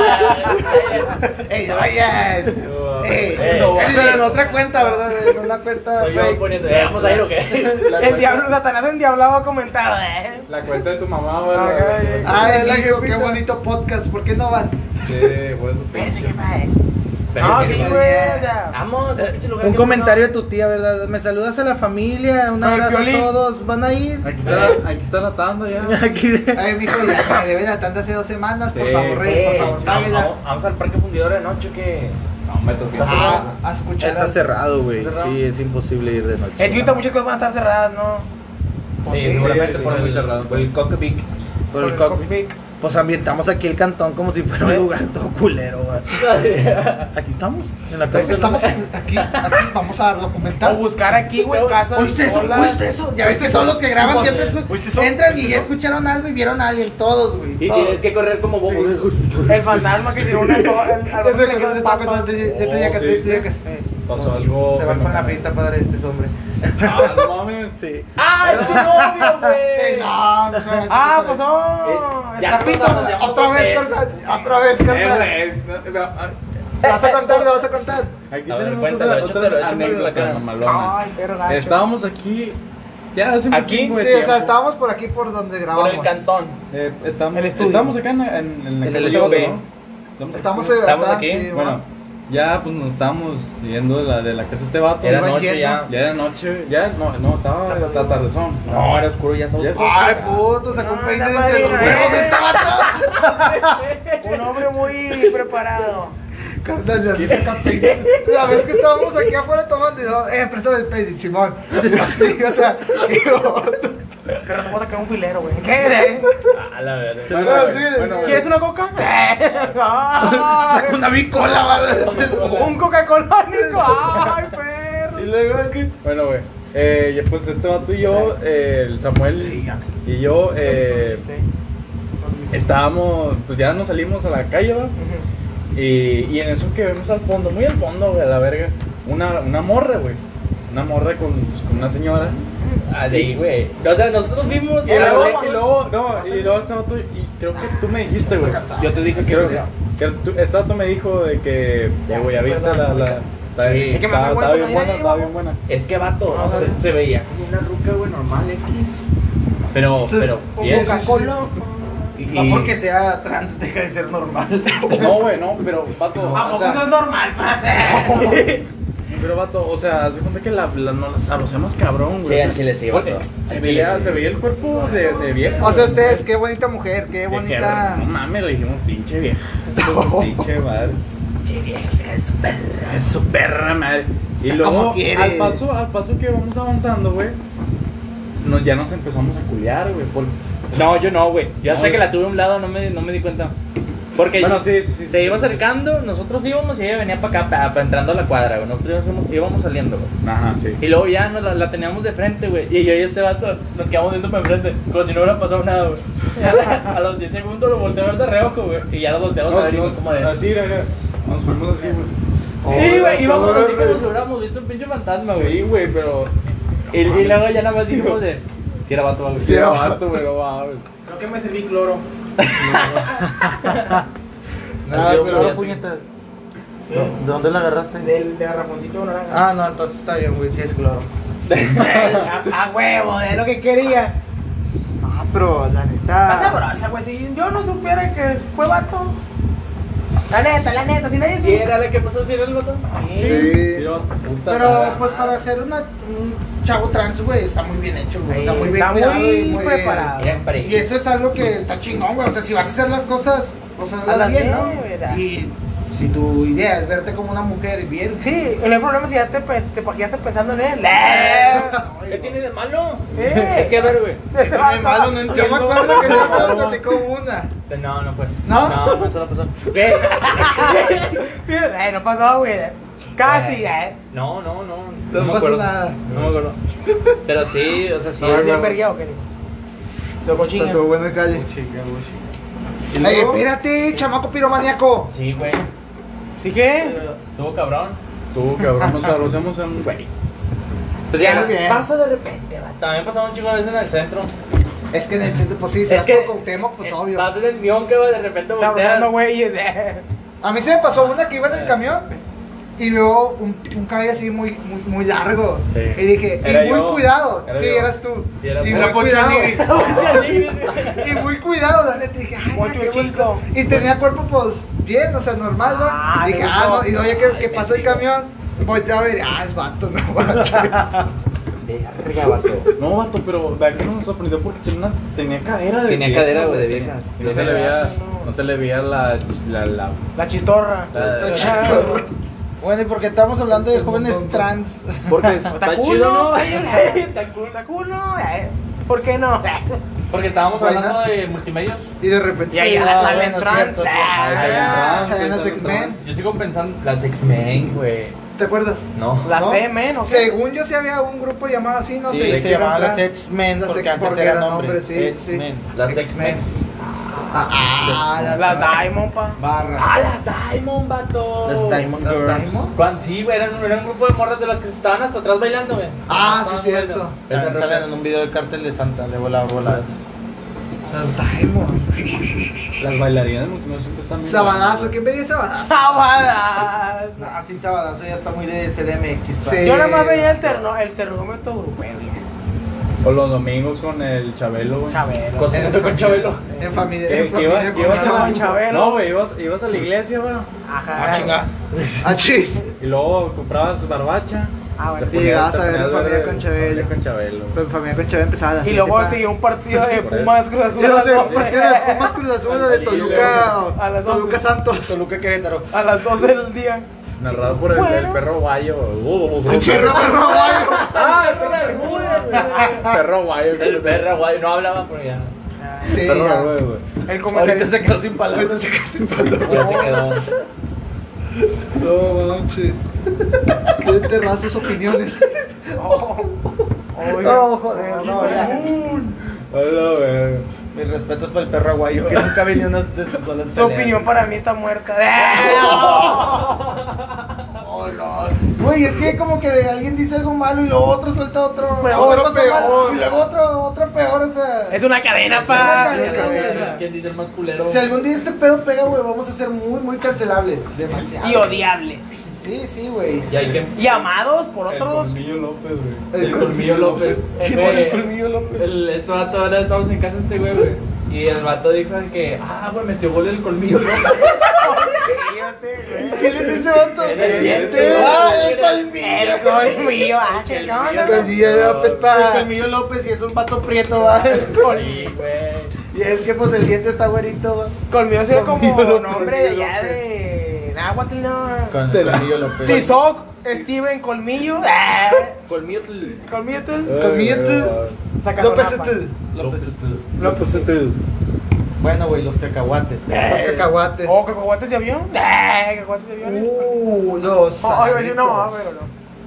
Speaker 1: Ey, vaya. Ey,
Speaker 3: Ey.
Speaker 1: no, pero en otra cuenta, ¿verdad? En una cuenta.
Speaker 3: Soy yo
Speaker 1: fake.
Speaker 3: poniendo, ¿eh, ¿vamos a ir o qué?
Speaker 4: La
Speaker 2: El
Speaker 4: cuenta-
Speaker 2: diablo, Satanás endiablado ha comentado. eh.
Speaker 4: La cuenta de tu mamá, güey. la-
Speaker 2: Ay,
Speaker 1: Ah, es la
Speaker 5: Ay,
Speaker 1: que- qué
Speaker 5: Lupita.
Speaker 1: bonito podcast. ¿Por qué no van?
Speaker 4: Sí, güey. eso
Speaker 2: Espérense,
Speaker 4: pinche.
Speaker 2: que madre.
Speaker 3: Pero
Speaker 2: eh. No,
Speaker 3: es que- Ah.
Speaker 2: sí, güey. O sea,
Speaker 3: Vamos, al pinche lugar
Speaker 5: Un
Speaker 3: que
Speaker 5: comentario de tu tía, ¿verdad? Me saludas a la familia, un
Speaker 2: Con el
Speaker 5: abrazo a
Speaker 2: Piolín.
Speaker 5: todos. ¿Van a ir?
Speaker 4: Aquí está, aquí está la tanda ya.
Speaker 5: [laughs] Aquí-
Speaker 1: Ay, mijo, ya me deben la tanda hace dos semanas. Por
Speaker 4: Sí.
Speaker 1: favor,
Speaker 3: no-
Speaker 1: rey,
Speaker 3: Eh,
Speaker 1: por favor,
Speaker 3: vamos,
Speaker 1: páguela.
Speaker 3: vamos- vamos al parque fundidor de noche que.
Speaker 4: No, me toqué.
Speaker 3: Está cerrado.
Speaker 1: Ah, a escuchar.
Speaker 5: Está
Speaker 1: al-
Speaker 5: cerrado, güey.
Speaker 3: Está cerrado.
Speaker 5: Sí, es imposible ir de noche.
Speaker 2: el sitio muchas cosas van a estar cerradas, ¿no?
Speaker 3: Sí,
Speaker 1: sí,
Speaker 3: seguramente
Speaker 4: sí,
Speaker 3: por,
Speaker 4: está muy
Speaker 3: el,
Speaker 4: cerrado.
Speaker 3: por el Cockpit.
Speaker 5: Por el co-
Speaker 2: cockpit.
Speaker 5: Pues ambientamos aquí el cantón como si fuera un lugar todo culero, güey. Aquí estamos, en la casa.
Speaker 1: Entonces, Estamos aquí, aquí vamos a
Speaker 2: O
Speaker 1: documentar.
Speaker 2: buscar aquí, güey, casas.
Speaker 1: ¿Oíste eso?
Speaker 2: solas.
Speaker 1: ¿Oíste eso? Ya ves que son los que graban siempre. escu- Entran y ya escucharon algo y vieron a alguien. Todos, güey.
Speaker 3: [laughs] Y
Speaker 1: todos.
Speaker 3: tienes que correr como bobo.
Speaker 2: El fantasma que tiró una sola.
Speaker 1: [laughs]
Speaker 2: el- al
Speaker 1: Te
Speaker 2: otro
Speaker 1: estoy
Speaker 2: le quedó
Speaker 1: contando, te
Speaker 2: un
Speaker 1: estoy
Speaker 2: pato.
Speaker 1: contando, te- te estoy
Speaker 4: Oh,
Speaker 1: acá,
Speaker 4: sí.
Speaker 1: te estoy acá.
Speaker 4: Pasó algo.
Speaker 1: Se va con la
Speaker 4: fenomenal.
Speaker 1: pinta, padre, este hombre.
Speaker 4: Ah, no mames.
Speaker 5: Sí.
Speaker 3: ¡Ah, es tu novio,
Speaker 1: Eh,
Speaker 3: güey!
Speaker 1: no, no se va.
Speaker 2: Ah, pues oh.
Speaker 3: Es-
Speaker 2: el
Speaker 3: ya nos
Speaker 2: trapito.
Speaker 3: vamos, ya.
Speaker 1: Otra vez, carnal. Otra vez,
Speaker 4: Eh,
Speaker 1: carnal.
Speaker 4: güey, es- no, no, ah,
Speaker 1: ¿Vas a contar? ¿Lo vas a contar?
Speaker 4: Aquí
Speaker 3: A ver,
Speaker 4: tenemos
Speaker 3: cuéntalo,
Speaker 4: otra,
Speaker 3: échatelo,
Speaker 4: otra
Speaker 3: échatelo en la cara.
Speaker 4: anécdota mamalona.
Speaker 2: Ay, perro gacho.
Speaker 4: Estábamos aquí. Ya hace un
Speaker 3: Aquí,
Speaker 4: chingo de
Speaker 1: Sí, o sea,
Speaker 4: tiempo.
Speaker 1: estábamos por aquí por donde
Speaker 3: Por el
Speaker 1: grabamos.
Speaker 3: cantón.
Speaker 4: Eh, estamos,
Speaker 2: El estudio.
Speaker 4: estamos acá en, en- en la
Speaker 3: En
Speaker 4: casa
Speaker 3: el
Speaker 4: de Otto,
Speaker 3: estudio.
Speaker 1: Estamos,
Speaker 4: ¿no? aquí.
Speaker 1: eh,
Speaker 3: Estamos
Speaker 1: estaban-
Speaker 3: aquí,
Speaker 1: sí,
Speaker 4: Bueno, ya pues nos estábamos yendo de la, de la casa de este vato.
Speaker 3: Era
Speaker 1: va
Speaker 3: noche ya.
Speaker 1: yendo.
Speaker 4: Ya era noche, ya no, no, estaba la tardezón.
Speaker 1: Ah. [laughs]
Speaker 3: No, era oscuro, ya estamos.
Speaker 4: Ya
Speaker 3: todos-
Speaker 1: Ay, puto, sacó un
Speaker 2: No,
Speaker 1: peine
Speaker 2: Ah, la
Speaker 1: entre los
Speaker 2: madre,
Speaker 1: huevos
Speaker 2: eh.
Speaker 1: esta vato.
Speaker 2: Un hombre muy preparado.
Speaker 1: Carnal, ya no saca peines. La vez que estábamos aquí afuera tomando, y yo, eh, préstame el peine, Simón. Así, o sea, digo,
Speaker 2: Pero te voy a sacar un filero, güey. ¿Qué?
Speaker 3: A Ah, la verga.
Speaker 4: Bueno,
Speaker 1: no,
Speaker 4: bueno,
Speaker 1: [laughs] sí,
Speaker 4: bueno,
Speaker 1: sí.
Speaker 2: ¿Quieres una [laughs] coca? Ay,
Speaker 1: saca una bicola, ¿verdad?
Speaker 2: Ah. un Coca-Cola, Nico. Ay, perro.
Speaker 1: Y luego, ¿qué?
Speaker 4: Bueno, güey. Eh, ya, pues este vato y yo, eh, el Samuel y yo, eh,
Speaker 1: este,
Speaker 4: estábamos, pues ya nos salimos a la calle, ¿va? Y, y en eso que vemos al fondo, muy al fondo, güey, a la verga, una, una morra, güey. Una morra con, pues, con una señora.
Speaker 3: Ah, de ahí, güey. O sea, nosotros vimos.
Speaker 4: Y luego,
Speaker 3: lejos.
Speaker 4: y luego, no, y luego este vato, y creo que tú me dijiste, güey.
Speaker 3: Yo te dije que.
Speaker 4: Creo que que tú- este vato me dijo de que, ya, güey, ya viste la. la está
Speaker 3: Sí.
Speaker 4: bien,
Speaker 3: Es que
Speaker 2: me
Speaker 4: está-
Speaker 2: acuerdo
Speaker 4: está
Speaker 2: esa
Speaker 4: bien buena,
Speaker 2: mañana,
Speaker 4: está
Speaker 2: iba.
Speaker 4: bien buena.
Speaker 3: Es que vato,
Speaker 2: Ah,
Speaker 3: se,
Speaker 2: sí.
Speaker 3: se veía como una ruca, güey, normal X. Pero, pero, bien.
Speaker 2: Coca-Cola.
Speaker 3: Y-
Speaker 1: Ah,
Speaker 5: No
Speaker 3: y-
Speaker 5: porque sea trans, deja de ser normal.
Speaker 4: No, güey, no, pero, vato.
Speaker 2: Ah,
Speaker 4: o
Speaker 2: pues
Speaker 4: sea,
Speaker 2: eso es normal, mate.
Speaker 4: Pero vato, o sea, haz de cuenta que la, la, nos la sabroseamos cabrón, güey.
Speaker 7: Sí, al chile sí, vato.
Speaker 4: Es que se,
Speaker 7: Al chile
Speaker 4: veía,
Speaker 7: sí.
Speaker 4: se veía el cuerpo de, de vieja.
Speaker 1: O sea,
Speaker 4: güey.
Speaker 1: ustedes, qué bonita mujer, qué
Speaker 4: De que,
Speaker 1: bonita.
Speaker 4: No mames, le dijimos pinche vieja. Entonces, pinche madre. Es su perra madre. Y
Speaker 1: ¿Cómo
Speaker 4: luego,
Speaker 1: quiere?
Speaker 4: al paso, al paso que vamos avanzando, güey, nos, ya nos empezamos a culiar, güey. por-
Speaker 3: No, yo no, güey. Yo hasta
Speaker 4: No,
Speaker 3: que
Speaker 4: es-
Speaker 3: la tuve a un lado no me, no me di cuenta. Porque
Speaker 4: Bueno, sí, sí, sí,
Speaker 3: se
Speaker 4: sí,
Speaker 3: iba
Speaker 4: sí.
Speaker 3: acercando, nosotros íbamos y ella venía para acá, pa- pa- entrando a la cuadra, güey. Nosotros íbamos, íbamos saliendo, güey.
Speaker 4: Ajá, sí.
Speaker 3: Y luego ya nos la, la teníamos de frente, güey. Y yo y este vato nos quedamos viendo para enfrente, como si no hubiera pasado nada,
Speaker 4: [laughs]
Speaker 3: güey. A los 10 segundos lo volteé a ver de reojo, güey. Y ya lo volteamos a
Speaker 4: Nos-
Speaker 3: ver y
Speaker 4: nos-
Speaker 3: fue como de.
Speaker 4: así, mira, mira, nos fuimos así, güey.
Speaker 3: Sí, güey, íbamos así
Speaker 4: güey.
Speaker 3: como si hubiéramos visto un pinche fantasma,
Speaker 4: Sí,
Speaker 3: güey.
Speaker 4: güey, pero.
Speaker 3: y, y luego ya nada más dijimos de. Si era vato, güey.
Speaker 4: Sí, era vato, güey, no mames.
Speaker 2: Creo que me serví cloro.
Speaker 1: Ah, pero
Speaker 3: Yo, güey,
Speaker 1: ahora puñetas. ¿De dónde la agarraste?
Speaker 2: Del de garrafoncito naranja.
Speaker 1: Ah, no, entonces está bien, güey, sí es cloro.
Speaker 2: A, a huevo, es lo que quería.
Speaker 1: Ah, pero la
Speaker 2: Está
Speaker 1: neta.
Speaker 2: sabrosa, güey. Si yo no supiera que fue vato. La neta, la neta, si nadie
Speaker 3: Si
Speaker 2: supiera.
Speaker 3: era la que pasó, si era el vato.
Speaker 2: Sí.
Speaker 4: Sí, era vato, puta
Speaker 1: Pero
Speaker 4: madre.
Speaker 1: pues para ser una, un chavo trans, güey, está muy bien hecho, güey. Está muy bien
Speaker 2: Está
Speaker 1: cuidado
Speaker 2: muy
Speaker 1: y muy bien-
Speaker 2: preparado.
Speaker 3: Era en pareja.
Speaker 1: Y eso es algo que está chingón, güey. O sea, si vas a hacer las cosas, pues hazlas
Speaker 2: Hazlas
Speaker 1: bien,
Speaker 2: bien, güey, o
Speaker 1: ¿no?
Speaker 2: sea.
Speaker 1: Y si tu idea es verte como una mujer bien. [laughs]
Speaker 2: Sí, no hay problema si ya te, pe- te pajeaste pensando en él.
Speaker 1: Eh,
Speaker 3: ¿Qué tiene de malo?
Speaker 2: Eh.
Speaker 3: Es que a ver, güey.
Speaker 1: de malo? No entiendo. Yo me acuerdo que yo te platicó una.
Speaker 3: No, no fue.
Speaker 1: ¿No?
Speaker 3: No, no, eso no pasó. Güey.
Speaker 2: Eh, no pasó, güey. Casi, eh.
Speaker 3: No, no, no.
Speaker 1: No
Speaker 3: No me
Speaker 1: pasó
Speaker 3: acuerdo.
Speaker 1: nada.
Speaker 3: No me acuerdo. Pero sí, o sea, sí.
Speaker 2: ¿Estás
Speaker 3: es-
Speaker 2: bien vergueado, qué? Tocó chinga.
Speaker 6: Tanto bueno en calle.
Speaker 1: Ey, espérate, chamaco piromaníaco.
Speaker 3: Sí, güey.
Speaker 2: ¿Sí
Speaker 3: Eh,
Speaker 2: qué?
Speaker 3: Tuvo cabrón.
Speaker 4: Tú, cabrón, nos sabroseamos a un güey.
Speaker 3: Pues ya,
Speaker 1: Muy bien.
Speaker 3: pasa de repente, va. También pasaba un chico a veces en el centro.
Speaker 1: Es que en el centro, pues sí, si
Speaker 3: es
Speaker 1: vas
Speaker 3: que.
Speaker 1: por Cuauhtémoc, pues
Speaker 3: eh,
Speaker 1: obvio.
Speaker 3: Pasa en el mión que va de repente
Speaker 2: Está
Speaker 3: volteas.
Speaker 2: hablando, güey. eh.
Speaker 1: A mí se me pasó una que iba en el camión y veo un, un cabello así muy, muy, muy largo.
Speaker 4: Sí.
Speaker 1: Y dije,
Speaker 4: Era
Speaker 1: y muy
Speaker 4: yo.
Speaker 1: cuidado.
Speaker 4: Era
Speaker 1: sí,
Speaker 4: yo.
Speaker 1: eras tú.
Speaker 3: Y era
Speaker 1: y
Speaker 3: yo.
Speaker 1: muy
Speaker 3: Poncho
Speaker 1: cuidado.
Speaker 3: [laughs]
Speaker 1: [laughs]
Speaker 3: Pinche alegre, güey.
Speaker 1: y muy cuidado, la neta. Dije, ay,
Speaker 2: Poncho
Speaker 1: qué
Speaker 2: chico.
Speaker 1: bonito. Y tenía cuerpo, pues, bien, o sea, normal, ¿no?
Speaker 2: Ah,
Speaker 1: dije,
Speaker 2: le
Speaker 1: ah,
Speaker 2: gustó.
Speaker 1: no. Y oye, que,
Speaker 3: Ay,
Speaker 1: que pasó el
Speaker 3: mendigo.
Speaker 1: camión. Volteé a ver, ah, es vato, no. [laughs]
Speaker 7: Verga, vato.
Speaker 4: No, vato, pero de aquí no nos sorprendió porque tenía, unas- tenía cadera de
Speaker 3: Tenía
Speaker 4: vieja,
Speaker 3: cadera, güey, de vieja.
Speaker 4: No se le veía, no se le veía la, la, la,
Speaker 2: La
Speaker 3: [laughs]
Speaker 2: chistorra.
Speaker 4: la-
Speaker 1: bueno, ¿y por qué estamos hablando de jóvenes trans?
Speaker 3: Porque está
Speaker 2: cool,
Speaker 3: chido,
Speaker 2: ¿no?
Speaker 3: ¿no? [laughs] Está cool.
Speaker 2: La culo, eh. ¿Por qué no? [laughs]
Speaker 3: Porque estábamos
Speaker 1: Vaina.
Speaker 3: hablando de multimedios.
Speaker 1: Y de repente.
Speaker 2: Y ahí
Speaker 1: se
Speaker 2: ya
Speaker 1: va,
Speaker 2: salen
Speaker 1: bueno,
Speaker 2: trans.
Speaker 1: cierto,
Speaker 2: Ah,
Speaker 1: sí.
Speaker 4: ya.
Speaker 1: Ah, salen los X-Men.
Speaker 3: Yo sigo pensando. Las X-Men, güey.
Speaker 1: ¿Te acuerdas?
Speaker 3: No.
Speaker 2: La
Speaker 1: ¿No?
Speaker 2: C, men, o qué?
Speaker 1: Según yo, sí había un grupo llamado así, no
Speaker 6: [laughs]
Speaker 4: Sí,
Speaker 1: sé.
Speaker 4: se
Speaker 1: si
Speaker 4: que
Speaker 6: Se
Speaker 1: era
Speaker 6: llamaba
Speaker 1: trans.
Speaker 6: las X-Men
Speaker 1: Las
Speaker 6: porque
Speaker 1: X-
Speaker 6: antes
Speaker 1: porque
Speaker 6: era
Speaker 1: eran
Speaker 6: nombre. Eh,
Speaker 1: hombres, sí,
Speaker 6: X-Men.
Speaker 1: sí.
Speaker 3: Las
Speaker 1: X-Men.
Speaker 3: X-Men.
Speaker 1: Ah, ah,
Speaker 2: Las Diamond, pa.
Speaker 1: Barra.
Speaker 3: Ah, las Diamond, vato.
Speaker 6: Las Diamond
Speaker 1: ¿Las
Speaker 6: Girls.
Speaker 1: Diamond?
Speaker 3: Cuan- sí, güey, eran, eran un grupo de morras de las que se estaban hasta atrás bailando, güey.
Speaker 1: Ah,
Speaker 3: Estaban
Speaker 1: sí, cierto.
Speaker 3: bailando.
Speaker 6: Ah,
Speaker 3: Esas
Speaker 6: Salen
Speaker 3: rolas.
Speaker 6: en un video del cartel de Santa, de volar bolas.
Speaker 1: Las Diamond. [laughs]
Speaker 4: las bailarinas multimedios siempre están bien.
Speaker 1: Sabadazo, ¿quién veía Sabadazo?
Speaker 2: [laughs] Sabadas.
Speaker 6: Ah, sí, Sabadazo ya está muy de CDMX. pa.
Speaker 1: Sí.
Speaker 2: Yo nada más veía el, terno, el termómetro grupero, ya.
Speaker 4: O los domingos con el Chabelo, güey.
Speaker 2: Chabelo.
Speaker 3: Cocinando con Chabelo.
Speaker 1: En familia.
Speaker 4: Que,
Speaker 1: en
Speaker 4: que
Speaker 1: familia
Speaker 4: iba- que
Speaker 1: con
Speaker 4: ibas
Speaker 1: Chabelo.
Speaker 4: a la,
Speaker 2: Con Chabelo.
Speaker 4: No, güey, ibas, ibas a la iglesia, güey.
Speaker 2: Ajá.
Speaker 6: Ah, chinga.
Speaker 1: Ah, chis.
Speaker 4: Y luego comprabas barbacha.
Speaker 2: Ah, bueno.
Speaker 4: te
Speaker 1: Sí,
Speaker 4: ponías-
Speaker 1: vas
Speaker 4: te
Speaker 1: a ver
Speaker 4: ponías
Speaker 1: familia
Speaker 4: verde,
Speaker 1: con Chabelo.
Speaker 4: familia con Chabelo.
Speaker 1: Pero en familia con Chabelo empezaba a las
Speaker 2: Y
Speaker 1: siete,
Speaker 2: luego
Speaker 1: pa.
Speaker 2: siguió un partido de
Speaker 4: Por eso.
Speaker 2: Pumas Cruz Azul
Speaker 1: Yo
Speaker 2: a
Speaker 1: no
Speaker 2: las
Speaker 1: sé por qué era de
Speaker 2: 12.
Speaker 1: Pumas Cruz Azul o de
Speaker 4: Sí,
Speaker 1: Toluca.
Speaker 2: a las doce.
Speaker 1: Toluca Santos.
Speaker 6: Toluca Querétaro.
Speaker 2: [laughs] A las 12 del día.
Speaker 4: Narrado por el,
Speaker 2: Bueno.
Speaker 4: el perro guayo. Uh,
Speaker 1: Perro, perro, guayo.
Speaker 3: Ah, el perro de Bermúdez.
Speaker 4: perro guayo. güey.
Speaker 3: El perro, guay, no hablaba por ya.
Speaker 1: Sí,
Speaker 4: Perro
Speaker 1: ya.
Speaker 4: guayo, güey.
Speaker 2: El
Speaker 6: Ahorita
Speaker 2: comentario.
Speaker 6: se quedó sin palabras.
Speaker 3: Ya se quedó.
Speaker 1: No manches. Qué terrazos [laughs] opiniones.
Speaker 2: Oiga.
Speaker 6: Oh,
Speaker 1: No, joder, no, ya.
Speaker 4: Hola, güey.
Speaker 6: Mis respetos para el perro aguayo que nunca venía una de sus solas.
Speaker 2: Su opinión para mí
Speaker 1: [laughs]
Speaker 2: está muerta. ¡Ah!
Speaker 1: Oh, no. Güey, es que como que de alguien dice algo malo y luego otro suelta otro,
Speaker 2: Peor,
Speaker 1: otra cosa
Speaker 2: peor.
Speaker 1: mala, y luego otro, otro peor, o sea.
Speaker 2: Es una cadena,
Speaker 1: una
Speaker 2: pa.
Speaker 1: cadena. [laughs] güey.
Speaker 3: ¿Quién dice el más culero?
Speaker 1: Si algún día este pedo pega, güey, vamos a ser muy, muy cancelables. Demasiado.
Speaker 2: Y odiables.
Speaker 1: Sí, sí, güey.
Speaker 3: Y hay que.
Speaker 2: Y amados por otros. [laughs]
Speaker 4: El Colmillo López, güey.
Speaker 3: El colmillo
Speaker 1: [laughs]
Speaker 3: López.
Speaker 4: El
Speaker 3: Güey,
Speaker 4: Colmillo López.
Speaker 3: El, este vato, ahora estamos en casa este güey, güey. Y el vato dijo que, ah, güey, metió gol el colmillo López.
Speaker 2: güey. [laughs]
Speaker 1: ¿Quién es ese vato?
Speaker 3: Era el
Speaker 1: diente.
Speaker 3: diente.
Speaker 1: [laughs] Ah, el
Speaker 3: Era-
Speaker 1: colmillo.
Speaker 2: El colmillo, ah,
Speaker 3: El
Speaker 2: chingón,
Speaker 3: colmillo.
Speaker 2: ¿no?
Speaker 1: Colmillo López
Speaker 6: El
Speaker 1: para.
Speaker 6: Camilo López y es un pato prieto, va.
Speaker 3: Sí, güey.
Speaker 6: Y es que pues el diente está güerito, va.
Speaker 2: Colmillo se ve como
Speaker 6: Colmillo López.
Speaker 2: nombre de allá de Nahuatl, no.
Speaker 4: Con el colmillo López.
Speaker 2: Tizoc, Steven Colmillo. ah,
Speaker 3: Colmillo.
Speaker 2: [laughs] Colmillo tú.
Speaker 4: Ay,
Speaker 1: Colmillo
Speaker 4: güey.
Speaker 1: tú.
Speaker 2: Saca
Speaker 1: López
Speaker 2: sonapa.
Speaker 1: Etel.
Speaker 4: López. este.
Speaker 2: López. este.
Speaker 4: López. este. López.
Speaker 6: Bueno, güey, los cacahuates.
Speaker 1: Los cacahuates.
Speaker 2: Oh, cacahuates de avión. Ah, Cacahuates de avión.
Speaker 1: Uh, los.
Speaker 2: Oh, iba a decir una
Speaker 1: saladitos.
Speaker 2: mamá, pero no.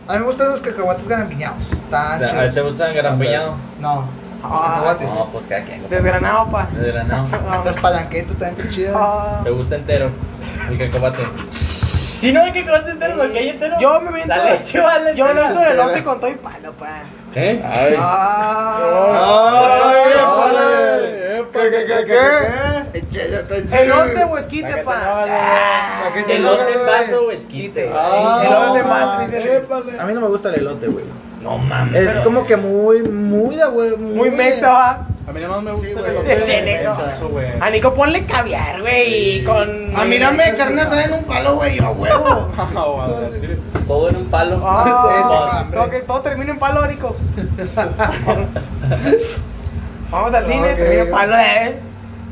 Speaker 1: A mí me gustan los cacahuates garampiñados. Tan
Speaker 3: ¿A ti ¿Te
Speaker 1: chidos.
Speaker 3: gustan garampañados?
Speaker 1: No, los
Speaker 2: Ah,
Speaker 1: cacahuates.
Speaker 3: No, pues cada quien. güey.
Speaker 2: Desgranado, pa.
Speaker 3: Eh. Desgranado.
Speaker 2: Ah,
Speaker 1: Los palanquetos también están chidos.
Speaker 2: ah.
Speaker 3: ¿Te gusta entero? El cacahuate. Si no hay cacahuates enteros, lo que hay entero.
Speaker 2: Yo me miento.
Speaker 3: La leche vale.
Speaker 2: Yo me
Speaker 3: entera.
Speaker 2: meto el elote con todo y palo, pa.
Speaker 3: ¿Eh?
Speaker 4: Ay.
Speaker 2: Ah.
Speaker 4: ¡Ay, épale!
Speaker 6: ¿Qué, qué, qué?
Speaker 2: Elote o esquite,
Speaker 4: Sácate,
Speaker 2: pa.
Speaker 4: no, no, no.
Speaker 2: Ah.
Speaker 1: ¿Para qué te
Speaker 3: Elote en
Speaker 1: güey.
Speaker 3: vaso o esquite.
Speaker 4: Ah,
Speaker 2: Elote
Speaker 1: no,
Speaker 2: más, dice.
Speaker 5: A mí no me gusta el elote, güey.
Speaker 3: No mames.
Speaker 5: Es como que muy, muy de güey.
Speaker 2: Muy mexa, va.
Speaker 4: A mí nada más me gusta
Speaker 1: Sí,
Speaker 4: el
Speaker 1: güey.
Speaker 4: elote.
Speaker 2: Che, negro.
Speaker 4: Eso, güey.
Speaker 2: A Nico ponle caviar, güey. y Con.
Speaker 1: A mí dame carne asada en un palo, güey, yo a huevo.
Speaker 4: [laughs] Ah, güey, al chile.
Speaker 3: Todo en un palo.
Speaker 1: [laughs]
Speaker 2: Ah,
Speaker 1: Este,
Speaker 2: todo, que, todo termina en palo,
Speaker 1: [laughs]
Speaker 2: Nico. Vamos al cine,
Speaker 1: Ok.
Speaker 2: termina en palo, eh.
Speaker 3: [laughs]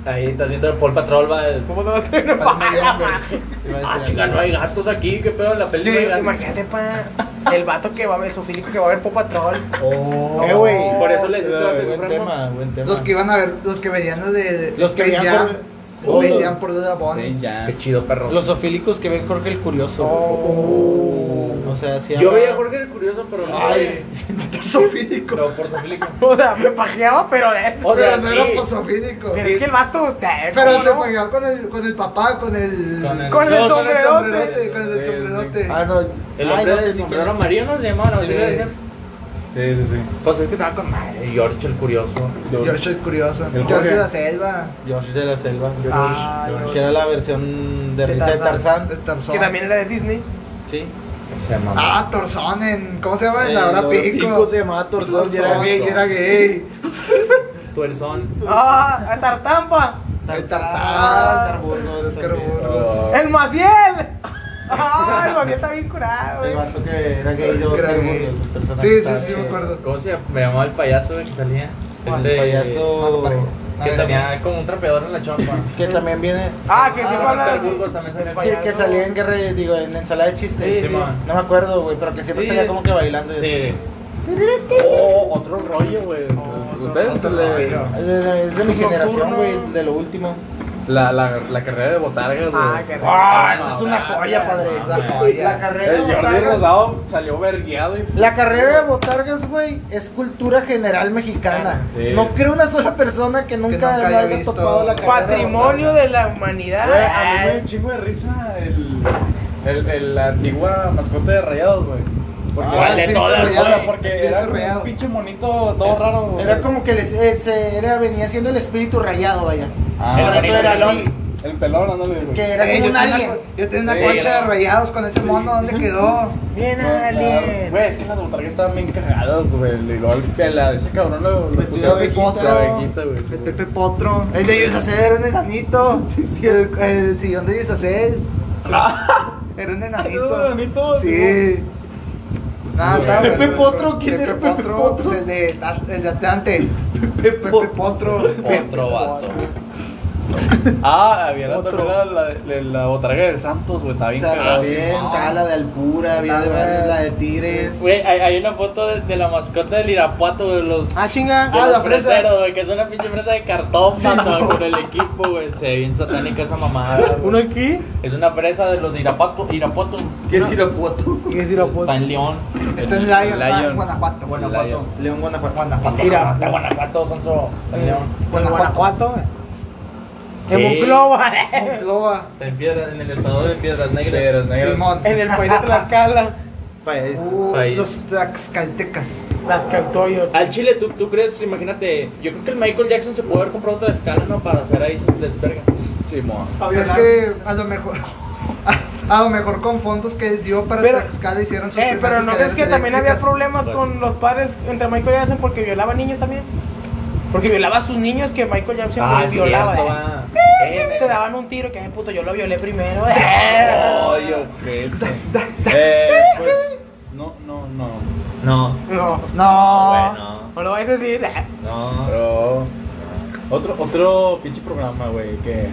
Speaker 3: Ahí estás viendo el Paul Patrol. Va el...
Speaker 2: ¿Cómo te vas a terminar en
Speaker 1: Palma
Speaker 2: palo?
Speaker 1: bien, güey.
Speaker 2: va?
Speaker 3: Ah, chinga, no hay gatos aquí. ¿Qué pedo en la
Speaker 2: Yo
Speaker 3: película?
Speaker 2: digo, Ah, Imagínate, pa. El vato que va a ver, su filico que va a ver Popa Troll.
Speaker 1: Oh.
Speaker 6: Eh, güey.
Speaker 3: Por eso le hiciste la
Speaker 4: Buen
Speaker 3: película.
Speaker 4: tema, buen tema.
Speaker 1: Los que iban a ver, los que veían los de
Speaker 6: Los que
Speaker 1: Space
Speaker 6: veían
Speaker 1: Jam,
Speaker 6: por-
Speaker 1: Space
Speaker 6: Oh.
Speaker 1: Jam por duda Bonnie.
Speaker 4: Sí, Pues ya.
Speaker 3: Qué chido, perro.
Speaker 6: Los ofílicos que ven Jorge el Curioso.
Speaker 1: Oh.
Speaker 6: O sea, sí.
Speaker 3: Yo
Speaker 6: habla-
Speaker 3: veía a Jorge el Curioso, pero no
Speaker 6: Ay.
Speaker 1: Posofísico.
Speaker 3: sé. No, por su película.
Speaker 2: [laughs] O sea, me pajeaba, pero eh.
Speaker 3: O sea,
Speaker 1: Pero no era
Speaker 3: sí.
Speaker 1: posofísico.
Speaker 2: Pero es que el vato está.
Speaker 1: Pero se
Speaker 2: ¿no?
Speaker 1: ponía con el, con el papá, con el.
Speaker 4: Con el-
Speaker 2: Con
Speaker 1: No,
Speaker 2: el
Speaker 1: con el
Speaker 2: sombrerote.
Speaker 1: sombrerote. Con el
Speaker 4: Sí,
Speaker 1: sombrerote.
Speaker 6: Ah, no.
Speaker 3: El hombre
Speaker 6: Ay, no sé
Speaker 3: del
Speaker 6: si
Speaker 3: sombrero
Speaker 6: quieres-
Speaker 3: amarillo no se llamaba, ¿no?
Speaker 1: Sí.
Speaker 3: Sí.
Speaker 4: Sí, sí, sí.
Speaker 3: Pues es que estaba con madre. George el Curioso.
Speaker 1: Yo soy curioso.
Speaker 4: El
Speaker 1: Yo soy
Speaker 4: Jorge.
Speaker 1: de la selva.
Speaker 6: George de la Selva.
Speaker 2: Ah,
Speaker 6: Que era la versión de
Speaker 2: De
Speaker 6: risa de
Speaker 2: Tarzán.
Speaker 6: Tarzán.
Speaker 1: de Tarzán.
Speaker 2: Que también era de Disney.
Speaker 6: Sí.
Speaker 3: Se llamaba.
Speaker 1: Ah, Torzón en. ¿Cómo se llama? En
Speaker 6: El
Speaker 1: la hora
Speaker 6: Hora
Speaker 1: pico.
Speaker 6: se llamaba Torzón.
Speaker 1: Torzón, y era gay, y era gay.
Speaker 3: Tuerzón.
Speaker 2: Ah, a Tartampa.
Speaker 1: El
Speaker 6: Ah,
Speaker 1: Tartán.
Speaker 6: Starburgos
Speaker 1: Los
Speaker 6: también.
Speaker 1: Carburgos.
Speaker 2: El Maciel. Ah, el Maciel está bien curado,
Speaker 6: El
Speaker 2: güey.
Speaker 6: vato que era gay de
Speaker 1: Era
Speaker 6: Oscar
Speaker 1: gay.
Speaker 6: Burgos, el personaje
Speaker 1: Sí, sí,
Speaker 6: estaba
Speaker 1: sí, me
Speaker 6: chido.
Speaker 1: acuerdo.
Speaker 3: ¿Cómo se llama? Me llamaba el payaso que salía.
Speaker 6: El
Speaker 3: Este,
Speaker 1: No,
Speaker 6: payaso
Speaker 1: parejo.
Speaker 3: Que
Speaker 1: Ah,
Speaker 3: tenía como un trapeador en la chompa.
Speaker 6: que también viene.
Speaker 2: Ah, que sí,
Speaker 3: Ah,
Speaker 2: fue a la-
Speaker 3: Oscar Burgos también salió
Speaker 2: el
Speaker 6: Sí,
Speaker 2: payaso.
Speaker 6: que salía en guerra, digo, en ensalada de chistes.
Speaker 3: Sí, man.
Speaker 6: no me acuerdo, güey, pero que siempre
Speaker 3: Sí.
Speaker 6: salía como que bailando. y así.
Speaker 3: Sí. Oh, otro rollo, güey.
Speaker 4: Ustedes
Speaker 1: otro
Speaker 4: le-
Speaker 1: rollo.
Speaker 6: Es de- es de mi
Speaker 2: Nocturno.
Speaker 6: generación, güey, de lo último.
Speaker 4: la, la, la carrera de botargas, güey.
Speaker 2: Ah, qué rico.
Speaker 6: Ah, esa es una joya, padre.
Speaker 1: Es una joya.
Speaker 6: carrera
Speaker 4: El Jordi Rosado salió vergueado y...
Speaker 1: La carrera de botargas, güey, es cultura general mexicana.
Speaker 4: Sí.
Speaker 1: No creo una sola persona que nunca,
Speaker 6: nunca
Speaker 1: le
Speaker 6: haya
Speaker 1: haya
Speaker 6: visto.
Speaker 1: topado la carrera. de
Speaker 2: Patrimonio de la humanidad.
Speaker 4: Güey, a mí me dio un chingo de risa el, el, el antigua mascota de rayados, güey. Porque,
Speaker 1: Ah,
Speaker 3: de
Speaker 1: el
Speaker 3: todas,
Speaker 1: Pinto
Speaker 4: o sea,
Speaker 1: Rayado,
Speaker 4: porque
Speaker 1: el Pinto
Speaker 4: era como
Speaker 1: Rayado.
Speaker 4: un pinche monito todo raro, güey.
Speaker 1: Era como que les, eh, se era, venía siendo el espíritu rayado, vaya.
Speaker 4: Ah,
Speaker 1: Por
Speaker 4: el
Speaker 1: eso era así.
Speaker 4: El pelón, ándale, güey.
Speaker 1: Que era
Speaker 6: Eh,
Speaker 1: como
Speaker 6: yo
Speaker 1: un
Speaker 6: tenía
Speaker 1: alien.
Speaker 6: una-
Speaker 1: Yo tenía una
Speaker 4: Sí,
Speaker 1: concha de
Speaker 4: era-
Speaker 1: rayados con ese mono, ¿dónde quedó?
Speaker 2: Bien,
Speaker 4: No, claro.
Speaker 2: alien.
Speaker 4: Güey, es que las botargas estaban bien cagadas, güey. El gol que la ese cabrón lo, lo
Speaker 1: Vestido de
Speaker 4: abejita,
Speaker 1: potro.
Speaker 4: la abejita, güey. sí,
Speaker 1: El
Speaker 4: güey.
Speaker 1: Pepe Potro. El de Yusacel era un enanito. Sí, sí, el, el sillón de Yusacel. Era un enanito.
Speaker 4: Era un enanito,
Speaker 1: Sí.
Speaker 4: sí.
Speaker 1: Nada,
Speaker 4: Sí,
Speaker 1: nada,
Speaker 6: güey.
Speaker 1: pero-
Speaker 6: Pepe Potro, ¿quién era Pepe Potro?
Speaker 1: Pues el de, el de Atlante. Pepe, Potro.
Speaker 3: Otro vato.
Speaker 4: Ah, había la,
Speaker 2: Otro.
Speaker 4: también la, la, la botarga del Santos, güey. Estaba bien
Speaker 1: Estaba
Speaker 4: cagada.
Speaker 1: bien, estaba la de Alpura, había de varios, la de Tigres.
Speaker 3: Güey, hay, hay una foto de, de la mascota del Irapuato, de los.
Speaker 2: Ah, chinga.
Speaker 3: de
Speaker 1: ah,
Speaker 3: los
Speaker 1: la fresa.
Speaker 3: freseros, güey, que es una pinche fresa de cartón, vato, con el equipo, güey. Se ve bien satánica esa mamada. güey.
Speaker 2: ¿Uno aquí?
Speaker 3: Es una fresa de los de Irapuato. Irapuato.
Speaker 6: ¿Qué es Irapuato?
Speaker 2: ¿Qué es
Speaker 3: Está
Speaker 2: Irapuato?
Speaker 3: en León.
Speaker 1: Está en Lion, está en
Speaker 4: Lion.
Speaker 1: Guanajuato.
Speaker 4: Lion.
Speaker 1: Guanajuato. Este León, Guanajuato. Guanajuato.
Speaker 2: Mira.
Speaker 3: Está en Guanajuato, Sonso. Está en León.
Speaker 2: En Guanajuato.
Speaker 3: Sí.
Speaker 2: En Monclova.
Speaker 1: Monclova.
Speaker 3: Está en, piedras, en el estado de Piedras Negras.
Speaker 4: Negras, negras.
Speaker 1: Simón.
Speaker 2: [laughs] En el país de Tlaxcala.
Speaker 6: País.
Speaker 1: Uh,
Speaker 3: País.
Speaker 1: los Tlaxcaltecas.
Speaker 2: Tlaxcaltoyo.
Speaker 3: Al Chile, ¿tú, ¿tú crees? Imagínate, yo creo que el Michael Jackson se puede haber comprado otra escala, ¿no? Para hacer ahí su desverga.
Speaker 4: Sí, mo.
Speaker 1: Es
Speaker 2: Eh,
Speaker 1: que a lo mejor. [laughs] A, a lo mejor con fondos que dio para
Speaker 2: Pero-
Speaker 1: Tlaxcala hicieron sus
Speaker 2: Eh, pero
Speaker 1: primeras
Speaker 2: no crees que
Speaker 1: escaleras
Speaker 2: también había
Speaker 1: eléctricas.
Speaker 2: problemas con los padres entre Michael Jackson porque violaba niños también. Porque violaba a sus niños que Michael Jackson violaba.
Speaker 3: Ah, cierto,
Speaker 2: eh.
Speaker 3: va.
Speaker 2: Se daba darme un tiro, que es el puto, yo lo violé primero. ¿eh?".
Speaker 4: Ay, ojete. Eh, pues, no, no, no.
Speaker 3: No.
Speaker 2: No,
Speaker 3: Bueno.
Speaker 2: no lo vais a decir.
Speaker 3: No.
Speaker 4: Pero. Otro, otro pinche programa, güey, que.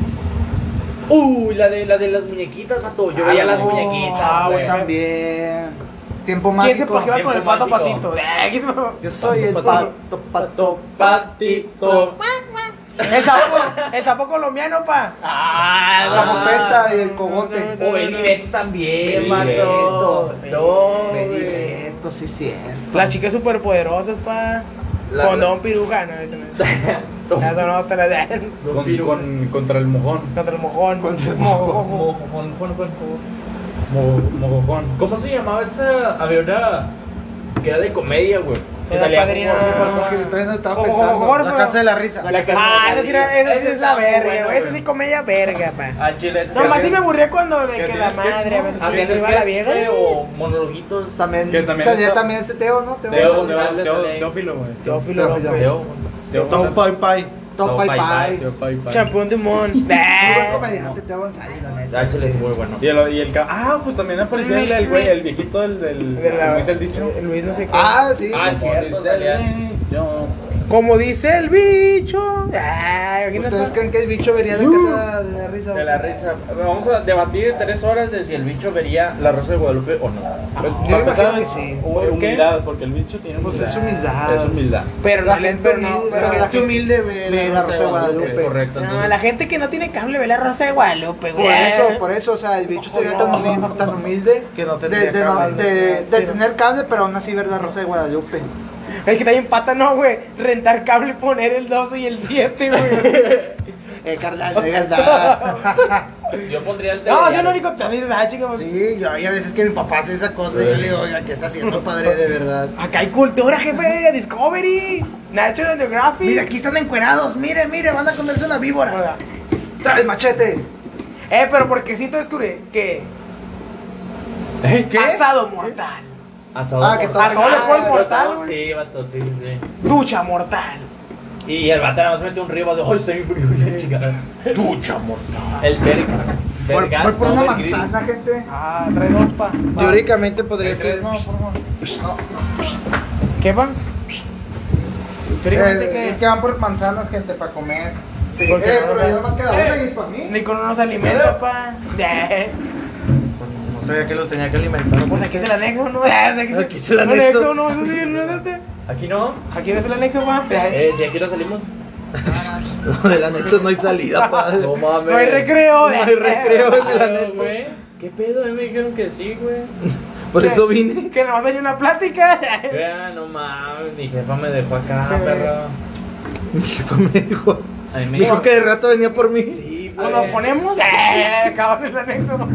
Speaker 3: Uy, la de, la de las muñequitas, mato. Pues Yo veía las muñequitas.
Speaker 2: ah,
Speaker 3: güey.
Speaker 2: bueno.
Speaker 1: También. Tiempo
Speaker 2: ¿Quién se
Speaker 1: mágico.
Speaker 2: pajeó con el pato
Speaker 3: Automático.
Speaker 2: patito? [laughs] Eh, ¿quién se pajeó?
Speaker 1: Yo soy el pato, pato,
Speaker 4: Patito.
Speaker 2: El sapo, el sapo colombiano, pa.
Speaker 3: Ah,
Speaker 1: la
Speaker 3: no.
Speaker 1: zapopeta y el cogote.
Speaker 3: O Benny Beto también,
Speaker 1: Benny
Speaker 3: mato.
Speaker 1: Beto.
Speaker 3: No.
Speaker 1: Me
Speaker 3: güey.
Speaker 1: divierto, sí, cierto.
Speaker 2: Las chicas superpoderosas, pa.
Speaker 3: La-
Speaker 2: Condón piruja, no, eso no es. Eso no, te la
Speaker 4: Con, con- contra el mojón.
Speaker 2: Contra el mojón.
Speaker 1: Contra el
Speaker 2: mojón.
Speaker 3: Ojo, Juan, Juan, Juan, Juan.
Speaker 4: Mo- mojojón.
Speaker 3: ¿Cómo se llamaba esa? Había una que era de comedia, güey. Que
Speaker 2: Era
Speaker 3: salía
Speaker 2: padrino.
Speaker 3: Juan, Juan, Juan, Juan.
Speaker 1: Porque todavía no estaba
Speaker 2: Como
Speaker 1: pensando.
Speaker 2: Gordo.
Speaker 1: La casa de la risa.
Speaker 3: La casa
Speaker 2: Ah,
Speaker 3: de
Speaker 2: esa
Speaker 3: la
Speaker 2: sí era-
Speaker 3: risa.
Speaker 2: esa sí es la
Speaker 3: Esa está muy
Speaker 2: verga,
Speaker 3: buena,
Speaker 2: güey. Esa
Speaker 3: güey.
Speaker 2: sí comedia verga, pa.
Speaker 3: Ah, chile, esa
Speaker 2: Nomás
Speaker 3: sí
Speaker 2: sí me aburría cuando de
Speaker 4: que
Speaker 2: que la
Speaker 4: hacían sketch,
Speaker 2: madre a
Speaker 4: ¿no?
Speaker 2: veces se
Speaker 3: Hacían
Speaker 2: le iba la
Speaker 3: sketch,
Speaker 2: vieja.
Speaker 3: güey, o monologuitos.
Speaker 1: También.
Speaker 4: Que también
Speaker 1: salía
Speaker 4: está-
Speaker 1: también ese Teo, ¿no? Teo.
Speaker 4: Teo,
Speaker 1: González.
Speaker 4: Teo,
Speaker 3: González,
Speaker 4: Teo,
Speaker 3: Ale.
Speaker 4: Teófilo, güey.
Speaker 2: Teófilo
Speaker 1: Teófilo
Speaker 2: López.
Speaker 3: Teo.
Speaker 4: Teo
Speaker 5: Tom
Speaker 4: González.
Speaker 5: Pai Pai.
Speaker 1: Top
Speaker 3: Top
Speaker 1: Pai
Speaker 3: Pai
Speaker 1: Pai.
Speaker 4: Teo Pai Pai.
Speaker 2: Champú de mon.
Speaker 1: Muy buen
Speaker 2: Nah.
Speaker 1: comediante, Teo González, la neta.
Speaker 3: Ah, chile, es muy bueno.
Speaker 4: Y el, y el ca- ah, pues también aparecía el, el güey, el viejito del, del
Speaker 2: De la-
Speaker 4: ¿cómo dice el dicho?
Speaker 2: Luis no sé qué.
Speaker 1: Ah, sí.
Speaker 3: Ah, es cierto, salía.
Speaker 4: Yo-
Speaker 2: Como dice el bicho. Ah,
Speaker 1: ¿Ustedes
Speaker 2: imagínate.
Speaker 1: creen que el bicho vería de casa de la risa?
Speaker 3: De la risa. Vamos a debatir tres horas de si el bicho vería la Rosa de Guadalupe o no.
Speaker 4: Pues,
Speaker 1: Yo
Speaker 4: para
Speaker 1: me imagino
Speaker 4: empezar,
Speaker 1: que sí.
Speaker 4: ¿Por qué? humildad, porque el bicho tiene
Speaker 1: Pues
Speaker 4: humildad.
Speaker 1: es humildad.
Speaker 4: Es humildad.
Speaker 2: Pero
Speaker 1: La
Speaker 2: no le-
Speaker 1: gente
Speaker 2: pero no,
Speaker 1: humilde,
Speaker 2: pero
Speaker 1: la
Speaker 2: la
Speaker 1: gente humilde ve la, Rosa de Guadalupe.
Speaker 4: Es correcto.
Speaker 2: No,
Speaker 4: entonces-
Speaker 2: la gente que no tiene cable ve la Rosa de Guadalupe, güey.
Speaker 1: Por eso, por eso, o sea, el bicho sería tan humilde, tan humilde
Speaker 5: Que no
Speaker 1: de,
Speaker 5: tendría
Speaker 1: de no-
Speaker 5: cable.
Speaker 1: de- de tener cable, pero aún así ver la Rosa de Guadalupe.
Speaker 2: Es que también pata, no, güey. Rentar cable y poner el 12 y el 7, güey.
Speaker 1: [laughs] Eh, Carla, de verdad.
Speaker 3: Yo pondría el
Speaker 2: no, yo
Speaker 3: telediario.
Speaker 2: no digo te dices, ah, chica, pues,
Speaker 1: Sí, yo hay a veces que mi papá hace esa cosa y yo le digo, oiga, ¿qué está haciendo padre de verdad?
Speaker 2: Acá hay cultura, jefe. Discovery. National Geographic.
Speaker 1: Mira, aquí están encuerados, mire, mire, van a comerse una víbora.
Speaker 2: Hola.
Speaker 1: Trae el machete.
Speaker 2: Eh, pero porque sí te descubrí que.
Speaker 3: [laughs]
Speaker 1: ¿Qué?
Speaker 2: Asado mortal.
Speaker 3: Asador
Speaker 1: Ah, que
Speaker 3: mortal.
Speaker 1: todo- A todo le fue el
Speaker 3: Ah,
Speaker 2: mortal,
Speaker 3: todo,
Speaker 2: güey.
Speaker 3: Sí, vato, sí, sí, sí.
Speaker 2: Ducha mortal.
Speaker 3: Y el vato nada más mete un ribo de, ¡ay, estoy bien frío! y la chingada.
Speaker 1: Ducha, mortal.
Speaker 3: El ver,
Speaker 1: Voy
Speaker 3: vergas,
Speaker 1: voy por
Speaker 3: ¿no?
Speaker 1: una
Speaker 3: El gris.
Speaker 1: manzana, gente.
Speaker 2: Ah, trae dos, pa.
Speaker 1: Teóricamente podría
Speaker 4: Tres,
Speaker 1: ser.
Speaker 4: no, por favor.
Speaker 1: Eh,
Speaker 2: ¿Qué, pa? Teóricamente
Speaker 1: Eh,
Speaker 2: que.
Speaker 1: Es que van por manzanas, gente, para comer. Sí, eh,
Speaker 2: Porque no,
Speaker 1: pero
Speaker 2: o sea,
Speaker 1: ya nomás queda una y es para mí.
Speaker 2: Ni con unos alimentos,
Speaker 1: [laughs]
Speaker 2: pa. Eh,
Speaker 5: No sabía que los tenía que alimentar.
Speaker 2: Pues aquí es el anexo, ¿no? [laughs] Eh,
Speaker 5: Aquí es el anexo.
Speaker 2: ¿no? Eso sí, ¿no es este?
Speaker 3: Aquí no.
Speaker 2: Aquí es el anexo, pa.
Speaker 3: Eh, si aquí no salimos.
Speaker 5: [laughs] No, del anexo no hay [laughs] salida, padre.
Speaker 3: No mames.
Speaker 2: No hay recreo.
Speaker 5: No
Speaker 2: eh.
Speaker 5: hay recreo en el
Speaker 3: [laughs] Claro,
Speaker 5: anexo.
Speaker 3: güey. ¿Qué pedo? A mí me dijeron que sí, güey.
Speaker 5: Por eso vine.
Speaker 2: [laughs] Que nomás hay una plática.
Speaker 3: Ya, no mames. Mi jefa me dejó acá, perro.
Speaker 5: Mi jefa me dijo.
Speaker 3: A mí
Speaker 5: Me
Speaker 3: me
Speaker 5: dijo que de rato venía por mí.
Speaker 3: Sí,
Speaker 2: Nos
Speaker 3: güey.
Speaker 2: lo ponemos. Eh, acabamos el anexo.
Speaker 3: No,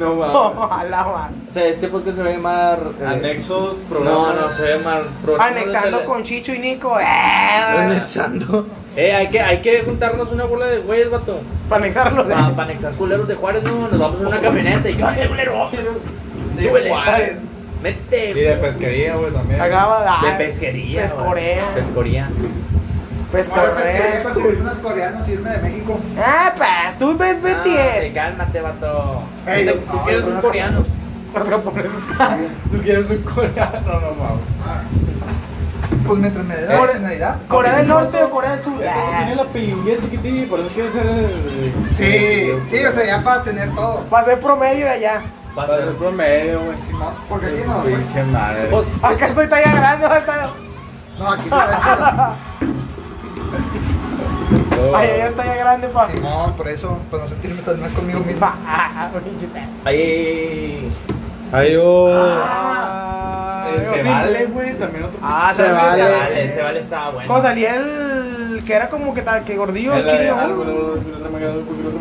Speaker 4: No, mames.
Speaker 2: Ojalá, va.
Speaker 3: o sea, este podcast se va a llamar. eh,
Speaker 4: Anexos,
Speaker 3: No, no,
Speaker 4: programas.
Speaker 3: se va a llamar. Próximos
Speaker 2: Anexando
Speaker 3: de-
Speaker 2: con Chicho y Nico. Eh,
Speaker 5: Anexando.
Speaker 3: Eh, hay que, hay que juntarnos una bola de güeyes, vato.
Speaker 2: Para anexarlo. eh.
Speaker 3: Para anexar culeros de Juárez, no, nos vamos en una camioneta y yo, ¡ay, culero! Súbele.
Speaker 4: Juárez.
Speaker 3: Métete.
Speaker 4: Y de pesquería, güey, también.
Speaker 2: Acaba de.
Speaker 3: De pesquería.
Speaker 2: Pescorea.
Speaker 3: güey. Pescoría.
Speaker 2: Pues
Speaker 1: Ahora pesquería para servir
Speaker 2: correcto.
Speaker 1: unos coreanos y irme de México.
Speaker 2: Ah, pa, tú ves
Speaker 3: Ah, te
Speaker 2: BTS.
Speaker 3: cálmate, vato.
Speaker 1: Ey,
Speaker 3: Tú te-
Speaker 1: no,
Speaker 3: tú quieres
Speaker 1: no,
Speaker 3: un
Speaker 1: no,
Speaker 3: coreano.
Speaker 2: Los japoneses.
Speaker 4: Tú quieres un coreano, no mames.
Speaker 1: Pues mientras me dé la
Speaker 2: Ahora-
Speaker 1: nacionalidad.
Speaker 2: [laughs] Corea del Norte o Corea del
Speaker 4: Este
Speaker 2: Sur.
Speaker 4: güey tiene
Speaker 2: Ah,
Speaker 4: la pilinguilla chiquitín y por eso quiere ser. eh,
Speaker 1: Sí, sí, o sea, ya para tener todo.
Speaker 2: Va a ser promedio de allá.
Speaker 3: Va a
Speaker 4: Para
Speaker 3: ser.
Speaker 4: el promedio, güey. sí.
Speaker 1: No, porque aquí no. güey.
Speaker 4: Pinche madre.
Speaker 3: Pues,
Speaker 2: Acá soy talla grande. va a estar-
Speaker 1: No, aquí está chido.
Speaker 2: Ay, allá es talla grande, pa.
Speaker 1: Simón, por eso, para no sentirme tan mal conmigo mismo.
Speaker 2: Ah, [laughs] pinche talla.
Speaker 3: ahí.
Speaker 5: Ay, oh.
Speaker 2: Ah,
Speaker 4: Eh, se
Speaker 2: sí.
Speaker 4: vale, güey, también otro
Speaker 2: Ah,
Speaker 1: Se
Speaker 2: se
Speaker 1: vale.
Speaker 2: vale.
Speaker 3: Vale, ese vale estaba bueno.
Speaker 2: ¿Cómo salía el que era como que, ta- que gordillo?
Speaker 4: El
Speaker 2: chile, ¿no?
Speaker 5: Eh,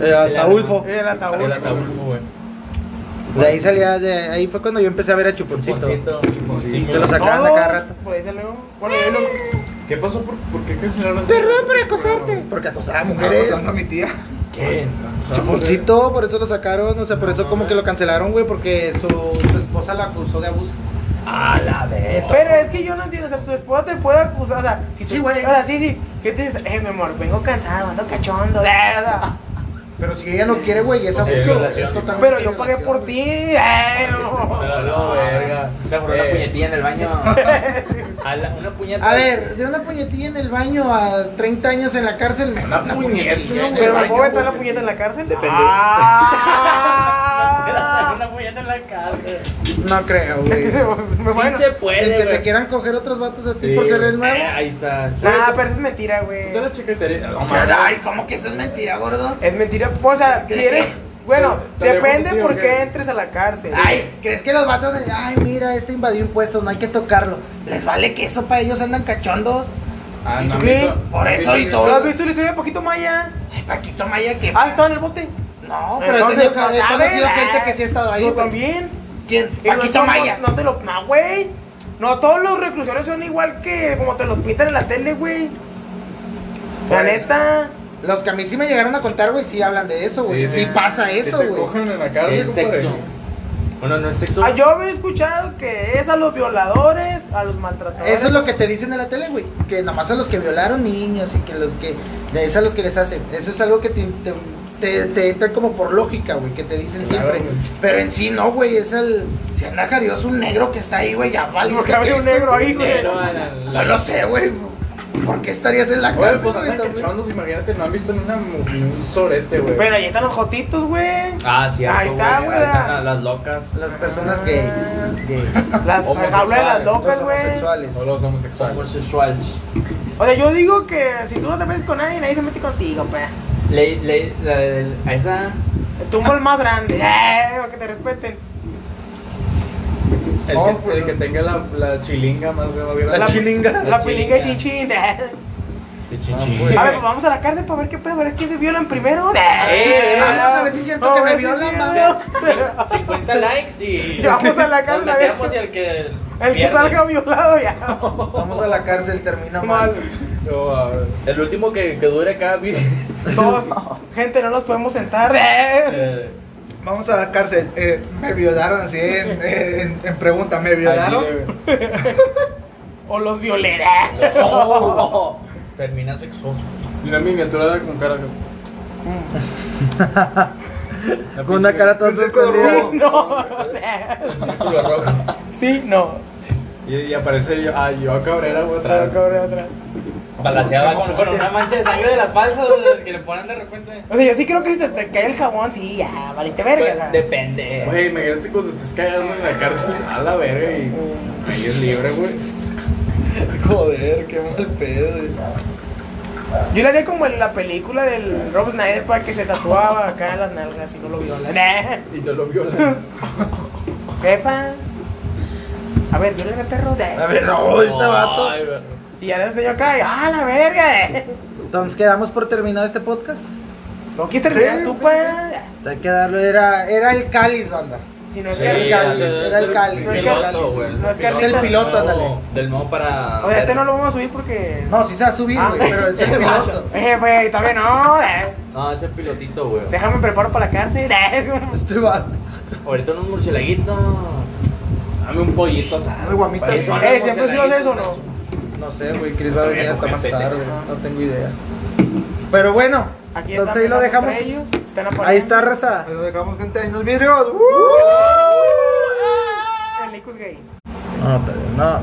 Speaker 4: árbol.
Speaker 5: Ataulfo.
Speaker 2: El ataúd.
Speaker 3: El ataúd, güey.
Speaker 5: De ahí salía, de ahí fue cuando yo empecé a ver a Chuponcito.
Speaker 3: Poncito.
Speaker 4: Poncito.
Speaker 5: Te lo
Speaker 2: Todos,
Speaker 5: sacaban a cada rato.
Speaker 2: Por ahí salió. Bueno, yo lo-
Speaker 4: ¿Qué pasó? ¿Por, por qué cancelaron
Speaker 5: Perdón por acosarte. Porque acosaba
Speaker 1: Ah,
Speaker 5: a
Speaker 1: mujeres.
Speaker 5: mujeres.
Speaker 1: Acosando a mi tía.
Speaker 3: ¿Quién?
Speaker 5: Chuponcito, por eso lo sacaron, o sea, por eso como que lo cancelaron, güey, porque su, su esposa la acusó de abuso.
Speaker 3: A la vez.
Speaker 2: Pero es que yo no entiendo, o sea, tu esposa te puede acusar, o sea, si
Speaker 1: Sí,
Speaker 2: tú,
Speaker 1: güey.
Speaker 2: o sea, sí, sí, ¿qué te dices? Eh, mi amor, vengo cansado, ando cachondo, eh, o sea,
Speaker 1: Pero si ella no quiere, güey, esa
Speaker 3: Pues es
Speaker 1: abuso,
Speaker 3: violación.
Speaker 1: es totalmente
Speaker 2: Pero yo pagué
Speaker 1: violación,
Speaker 2: por
Speaker 1: güey.
Speaker 2: ti. Ay, no.
Speaker 3: Pero no, verga.
Speaker 4: Se forró la puñetilla
Speaker 3: en el
Speaker 1: [laughs]
Speaker 3: baño. una puñeta.
Speaker 1: A
Speaker 3: [laughs]
Speaker 1: ver, de una puñetilla en el baño a 30 años en la cárcel, mejor
Speaker 4: Una puñetilla en el
Speaker 2: Pero me
Speaker 1: güey.
Speaker 2: puedo meter la puñeta en la cárcel.
Speaker 4: Depende.
Speaker 6: [laughs]
Speaker 2: Ah.
Speaker 3: una puñeta en la cara.
Speaker 1: No creo, güey.
Speaker 2: Me
Speaker 3: Sí
Speaker 2: bueno.
Speaker 3: se
Speaker 1: El
Speaker 3: puede,
Speaker 1: que te
Speaker 3: güey.
Speaker 1: quieran coger otros vatos así
Speaker 4: Sí,
Speaker 1: por ser el
Speaker 3: Eh,
Speaker 1: nuevo.
Speaker 3: Ahí está.
Speaker 2: Nah, Ah, pero eso es mentira, güey.
Speaker 4: Usted la Oh, chiquetería. No mames.
Speaker 6: Ay, ¿cómo que eso es mentira, gordo?
Speaker 2: Es mentira. O sea, si eres. Bueno,
Speaker 4: Te- te
Speaker 2: depende
Speaker 4: dejo
Speaker 2: por
Speaker 4: contigo,
Speaker 2: qué
Speaker 4: ¿qué?
Speaker 2: entres a la cárcel.
Speaker 1: Ay, ¿crees que los vatos de, ay, mira, este invadió impuestos, no hay que tocarlo? Les vale que eso para ellos andan cachondos.
Speaker 4: Ah, no, han
Speaker 2: ¿Qué?
Speaker 4: visto-
Speaker 6: Por
Speaker 4: han
Speaker 6: eso
Speaker 4: visto
Speaker 6: y
Speaker 4: que-
Speaker 6: todo.
Speaker 2: ¿No has visto la historia de Paquito Maya?
Speaker 6: Ay, Paquito Maya, que.
Speaker 2: Ah, estaba en el bote.
Speaker 1: No, pero
Speaker 2: Entonces,
Speaker 1: he tenido,
Speaker 2: no
Speaker 1: he
Speaker 2: sabes.
Speaker 1: conocido gente que sí ha estado ahí.
Speaker 2: Tú
Speaker 1: güey.
Speaker 2: también.
Speaker 6: ¿Quién?
Speaker 2: Y no
Speaker 6: Paquito
Speaker 2: todos-
Speaker 6: Maya.
Speaker 2: No te lo. No, güey. No todos los reclusores son igual que como te los pintan en la tele, güey. La
Speaker 1: Pues,
Speaker 2: neta.
Speaker 1: Los que a mí sí me llegaron a contar, güey, sí hablan de eso, güey. Sí,
Speaker 4: sí.
Speaker 1: pasa eso,
Speaker 4: Que te
Speaker 1: güey.
Speaker 4: cojan en la pues. cárcel,
Speaker 3: Es
Speaker 4: compadre.
Speaker 3: sexo. Bueno, no es sexo.
Speaker 2: Ah, yo había escuchado que es a los violadores, a los maltratadores.
Speaker 1: Eso es lo que te dicen en la tele, güey. Que nomás a los que violaron niños y que los que. De es a los que les hacen. Eso es algo que te, te, te- te entra como por lógica, güey, que te dicen
Speaker 4: Claro,
Speaker 1: siempre.
Speaker 4: güey.
Speaker 1: Pero en sí no, güey. Es el.
Speaker 6: Si anda jarioso un negro que está ahí, güey, ya valiste.
Speaker 2: Porque había un
Speaker 6: queso.
Speaker 2: negro ahí, güey.
Speaker 3: Pero, a la- la-
Speaker 6: No lo sé, güey. ¿Por qué estarías en la
Speaker 4: Oye,
Speaker 6: cárcel?
Speaker 4: pues
Speaker 6: güey,
Speaker 4: andan
Speaker 6: también?
Speaker 4: cachondos, imagínate, no han visto en, una, mu- en un sorete, güey.
Speaker 2: Pero ahí están los jotitos, güey.
Speaker 3: Ah, cierto.
Speaker 2: Ahí está, güey.
Speaker 3: están las- Las locas.
Speaker 1: Las personas gays. [laughs]
Speaker 2: Las
Speaker 4: Homosexuales,
Speaker 2: habla de las Ah, locas,
Speaker 1: Los
Speaker 2: güey.
Speaker 1: homosexuales.
Speaker 4: O los homosexuales.
Speaker 3: Homosexuales.
Speaker 2: O sea, yo digo que si tú no te metes con nadie, nadie se mete contigo, pa.
Speaker 3: Le, le, la del- a esa.
Speaker 2: El tumbo el más
Speaker 1: [laughs]
Speaker 2: grande. Eh, para que te respeten.
Speaker 4: El,
Speaker 1: Oh,
Speaker 4: que,
Speaker 1: pues.
Speaker 4: el que tenga la, la chilinga más grande.
Speaker 1: La chilinga.
Speaker 2: La,
Speaker 3: La
Speaker 2: pilinga de
Speaker 3: chilinga.
Speaker 2: chinchín. eh. A
Speaker 3: De
Speaker 4: Ah, güey.
Speaker 2: ver, pues vamos a la cárcel para ver qué pedo, a ver quién se violan primero. Eh,
Speaker 3: eh,
Speaker 1: vamos a ver si es cierto que me violan,
Speaker 2: violan.
Speaker 3: 50 likes
Speaker 2: [laughs]
Speaker 3: y.
Speaker 2: Vamos a la cárcel,
Speaker 3: Nos
Speaker 2: a ver.
Speaker 3: metemos y el que.
Speaker 2: El que
Speaker 3: pierde.
Speaker 2: salga violado
Speaker 1: [laughs]
Speaker 2: ya.
Speaker 1: Vamos a la cárcel, termina mal.
Speaker 2: Mal.
Speaker 3: El último que, que dure acá. vi-
Speaker 2: Todos, gente, no nos podemos sentar. Eh.
Speaker 3: eh,
Speaker 6: Vamos a la cárcel. Eh, me violaron así en, en- en pregunta. ¿Me violaron?
Speaker 2: O los violará.
Speaker 3: no. [laughs] Termina sexoso.
Speaker 4: Y una miniatura con cara.
Speaker 5: Con una cara toda sorprendida.
Speaker 2: Sí, no.
Speaker 4: Círculo rojo.
Speaker 2: Sí, no.
Speaker 4: Y, y aparece yo, ah, yo Cabrera, güey,
Speaker 2: Otra,
Speaker 4: atrás.
Speaker 2: otra, otra.
Speaker 3: Balaseada con, con una mancha de sangre de las falsas que le ponen de repente.
Speaker 2: O sea, yo sí creo que si te, te cae el jabón, sí, ya, valiste verga. o sea.
Speaker 3: Depende.
Speaker 4: Güey, imagínate cuando estés cagando en la cárcel. A la verga y. Ahí es libre, güey.
Speaker 6: Joder, qué mal pedo.
Speaker 2: Yo le haría como en la película del Rob Snyder para que se tatuaba acá en las nalgas y no lo violan. Eh,
Speaker 4: Y no lo violan.
Speaker 2: Pepa. A ver, violen al perro. eh.
Speaker 6: A ver, no, este vato.
Speaker 3: Ay, güey.
Speaker 2: Y ya le enseñó acá. y, ¡Ah, la verga! eh.
Speaker 1: Entonces quedamos por terminado este podcast.
Speaker 2: No quieres terminar tú, pa.
Speaker 1: Hay que darlo. Era, era el cáliz, banda.
Speaker 2: Si no es
Speaker 3: Sí,
Speaker 2: que
Speaker 1: el cáliz,
Speaker 3: o sea,
Speaker 1: era el cáliz,
Speaker 3: piloto,
Speaker 2: era el cáliz.
Speaker 3: güey,
Speaker 2: No es que
Speaker 3: piloto.
Speaker 2: es el
Speaker 1: piloto,
Speaker 3: Del
Speaker 1: ándale.
Speaker 3: nuevo- Del nuevo para.
Speaker 2: O sea, este no lo vamos a subir porque.
Speaker 1: No, sí se va a subir,
Speaker 2: Ah,
Speaker 1: güey, pero es
Speaker 2: [laughs]
Speaker 1: el piloto.
Speaker 2: Eh, güey, también no. eh.
Speaker 3: No, ese pilotito, güey.
Speaker 2: Déjame preparo para la cárcel. eh.
Speaker 1: Este vato.
Speaker 3: Ahorita en un murcielaguito. Dame un pollito asado.
Speaker 1: Muy guamita.
Speaker 3: ¿Qué son
Speaker 2: Eh,
Speaker 3: los
Speaker 2: ¿siempre sí lo haces o no?
Speaker 3: murcielaguitos,
Speaker 1: No sé, güey, Chris va a venir
Speaker 4: Viejo
Speaker 1: hasta más
Speaker 4: ojete.
Speaker 1: tarde, no tengo idea. Pero bueno,
Speaker 2: Aquí
Speaker 1: entonces
Speaker 2: están
Speaker 1: ahí lo
Speaker 2: peleando
Speaker 1: dejamos.
Speaker 2: entre ellos, están
Speaker 1: Ahí
Speaker 2: apareando.
Speaker 1: está Raza.
Speaker 6: Ahí lo dejamos, gente. Ahí nos vidrios.
Speaker 2: El Icus Gay.
Speaker 5: No, pero no.